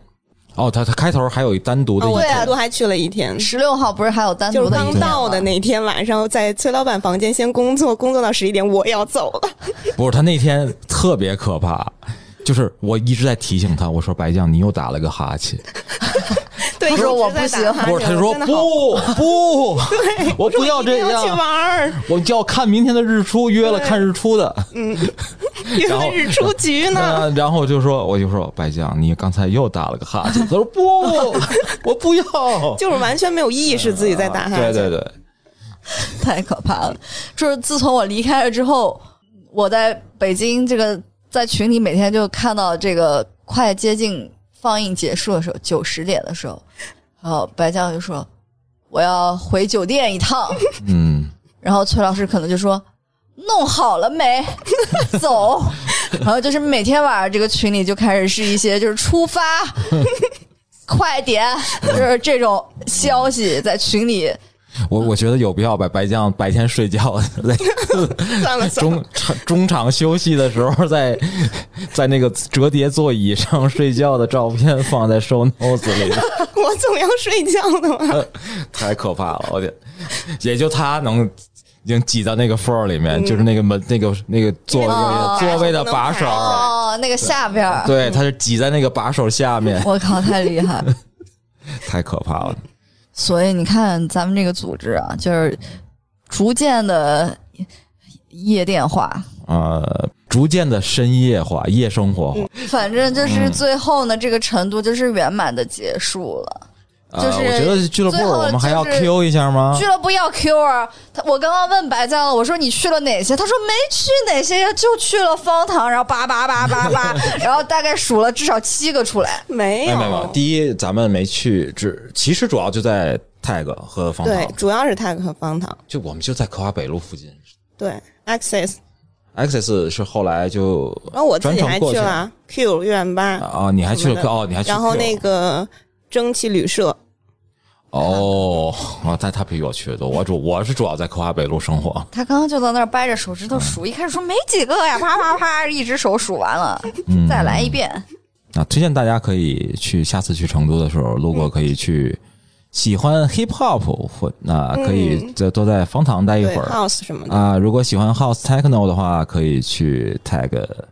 B: 哦，他他开头还有一单独的
C: 哦，
B: 一
C: 我
A: 对啊
C: 成都还去了一天，
A: 十六号不是还有单
C: 就
A: 独
C: 是
A: 的一
C: 刚
A: 天
C: 到的
A: 吗
C: 那天晚上，在崔老板房间先工作，工作到十一点，我要走 了。
B: 不是他那天特别可怕，就是我一直在提醒他，我说白酱你又打了个哈欠，
C: 对，
A: 他说
C: 一直
A: 我不
C: 在
A: 行
C: 打哈欠
B: 不是他就说
C: 我哎真的好
B: 不不，我不要
C: 一定
B: 这
C: 要去
B: 样，
C: 玩儿，
B: 我就要看明天的日出，约了
C: 对
B: 看日出的。
C: 原
B: 然后
C: 来日出局呢。
B: 那 然后就说我就说白酱你刚才又打了个哈欠，他说不 我不要， 啊
C: 就是完全没有意识自己在打哈欠，
B: 对对对，
A: 太可怕了！就是自从我离开了之后，我在北京这个在群里每天就看到这个快接近放映结束的时候，九十点的时候，然后白酱就说我要回酒店一趟，
B: 嗯，
A: 然后崔老师可能就说弄好了没， 走。然后就是每天晚上这个群里就开始是一些就是出发， 快点，就是这种消息在群里。
B: 我我觉得有必要把白酱白天睡觉在
C: 算了算了，
B: 中场中场休息的时候 在，在那个折叠座椅上睡觉的照片放在 show notes 里，
C: 我总要睡觉的
B: 呃
C: 嘛。
B: 太可怕了！我天，也就他能已经挤到那个 floor 里面，
C: 嗯
B: 就是那个门那个那个座位、
A: 哦
B: 座位的把手，
A: 哦，那个下边儿，
B: 对，他是挤在那个把手下面，
C: 嗯
A: 我靠，太厉害！了。
B: 太可怕了。
A: 所以你看，咱们这个组织啊，就是逐渐的夜店化，
B: 呃，逐渐的深夜化、夜生活化，
C: 嗯
A: 反正就是最后呢，这个程度就是圆满的结束了。就
B: 呃，
A: 是
B: 我觉得俱乐部
A: 最后
B: 我们还要
A: 就是
B: Q 一下吗
A: 俱？乐部要 Q 啊！他我刚刚问白酱了，我说你去了哪些？他说没去哪些，就去了方糖，然后叭叭叭叭 叭，然后大概数了至少七个出来。
C: 没
B: 哎没有没有，
C: 有，
B: 第一咱们没去，只其实主要就在 tag 和方
C: 对
B: 糖，，
C: 主要是 tag 和方糖，
B: 就我们就在科华北路附近。
C: 对 access，
B: Access 是后来就
C: 然后我自
B: 专
C: 己
B: 程
C: 还
B: 过
C: 去
B: 去
C: 了 Q 院吧，
B: 啊，你还去了
C: 什么的
B: 哦，你还去
C: 然后那
B: 个
C: 个蒸汽旅社，
B: 哦，啊，但他比我去的多，我主我是主要在科华北路生活，
A: 他刚刚就在那儿掰着手指头数，一开始说没几个呀，啪啪啪，一只手数完了，
B: 嗯
A: 再来一遍。
B: 啊，推荐大家可以去，下次去成都的时候，路过可以去。喜欢 hip hop 或那可以再多在方糖待一
C: 对
B: 会儿
C: house 什么的，
B: 啊。如果喜欢 house techno 的话，可以去 tag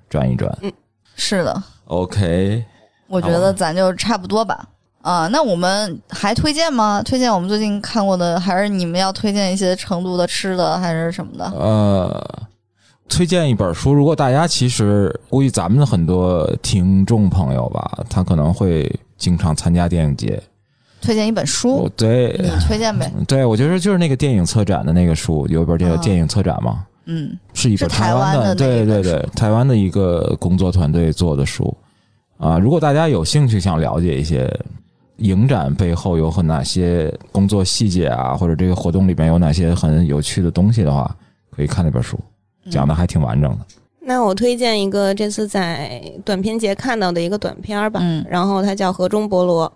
B: 转一转。
A: 是的，
B: OK，
A: 我觉得咱就差不多吧。啊，那我们还推荐吗？推荐我们最近看过的，还是你们要推荐一些成都的吃的，还是什么的？
B: 呃，推荐一本书，如果大家其实估计咱们的很多听众朋友吧，他可能会经常参加电影节。
A: 推荐一本
B: 我
A: 书，
B: 对
A: 你推荐呗。
B: 对，我觉得就是那个电影策展的那个书，有一本叫《
A: 啊
B: 电影策展》嘛，
A: 嗯，
B: 是一本
A: 是台湾
B: 湾
A: 的那
B: 对
A: 一本
B: 对对，台湾的一个工作团队做的书。啊，如果大家有兴趣想了解一些影展背后有很哪些工作细节啊，或者这个活动里面有哪些很有趣的东西的话，可以看那本书，
A: 嗯
B: 讲的还挺完整的。
C: 那我推荐一个这次在短片节看到的一个短片儿吧，
A: 嗯
C: 然后它叫《河中博罗》，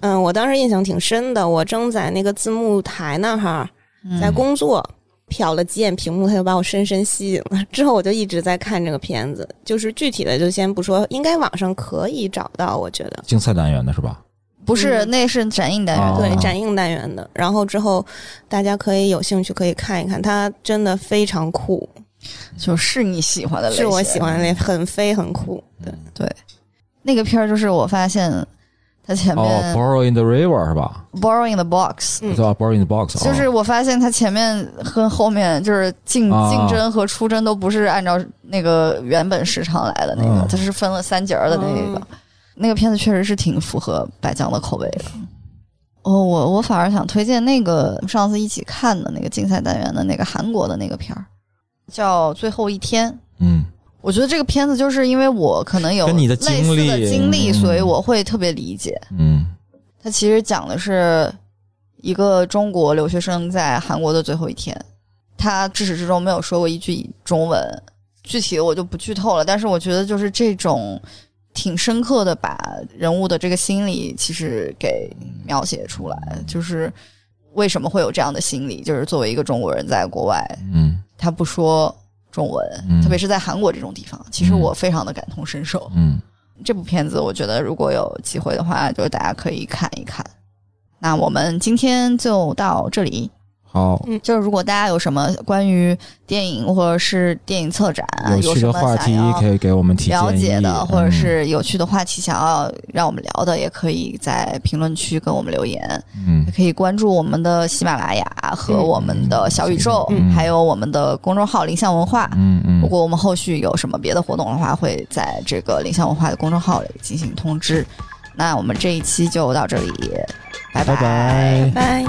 C: 嗯，我当时印象挺深的，我正在那个字幕台那儿
A: 嗯
C: 在工作。瞟了几眼屏幕，他就把我深深吸引了。之后我就一直在看这个片子，就是具体的就先不说，应该网上可以找到，我觉得。
B: 竞赛单元的是吧？
A: 不是，
C: 嗯
A: 那是展映单元。
B: 哦
C: 对，展映单元的。然后之后大家可以有兴趣可以看一看，它真的非常酷，
A: 就是你喜欢的类型，
C: 是我喜欢的那很飞很酷。对，
A: 那个片儿，就是我发现它前
B: 哦
A: 面、
B: ，Borrow in the River 是吧？
A: borrowing the box，
C: 嗯
B: 对吧？Borrow in the Box
A: 就
B: 哦
A: 是我发现它前面和后面就是竞
B: 啊
A: 竞争和出征都不是按照那个原本时长来的那个
B: 嗯，
A: 它是分了三节儿的那个
C: 嗯。
A: 那个片子确实是挺符合百江的口味的。哦，我我反而想推荐那个上次一起看的那个竞赛单元的那个韩国的那个片儿，叫《最后一天》。
B: 嗯，
A: 我觉得这个片子就是因为我可能有
B: 跟你的
A: 类似
B: 经历
A: 的经历，
B: 嗯
A: 所以我会特别理解。
B: 嗯
A: 它其实讲的是一个中国留学生在韩国的最后一天，他至始至终没有说过一句中文，具体的我就不剧透了。但是我觉得就是这种挺深刻的把人物的这个心理其实给描写出来，就是为什么会有这样的心理，就是作为一个中国人在国外，
B: 嗯
A: 他不说中文，
B: 嗯
A: 特别是在韩国这种地方，其实
B: 嗯
A: 我非常的感同身受。
B: 嗯，
A: 这部片子，我觉得如果有机会的话，就是大家可以看一看。那我们今天就到这里。
B: 好，
A: 就是如果大家有什么关于电影或者是电影策展
B: 有
A: 呃有
B: 趣
A: 什
B: 的
A: 么
B: 话
A: 想
B: 题
A: 要
B: 可以给我们提
A: 了
B: 建
A: 解
B: 议
A: 的，或者
B: 嗯
A: 是有趣的话题想要让我们聊的，也可以在评论区跟我们留言，
B: 嗯
A: 也可以关注我们的喜马拉雅和我们的小宇宙，
B: 嗯
A: 还有我们的公众号“林向文化”。
B: 嗯
A: 如
B: 嗯，
A: 果我们后续有什么别的活动的话，会在这个林香文化的公众号里进行通知。那我们这一期就到这里，拜
B: 拜拜
C: 拜。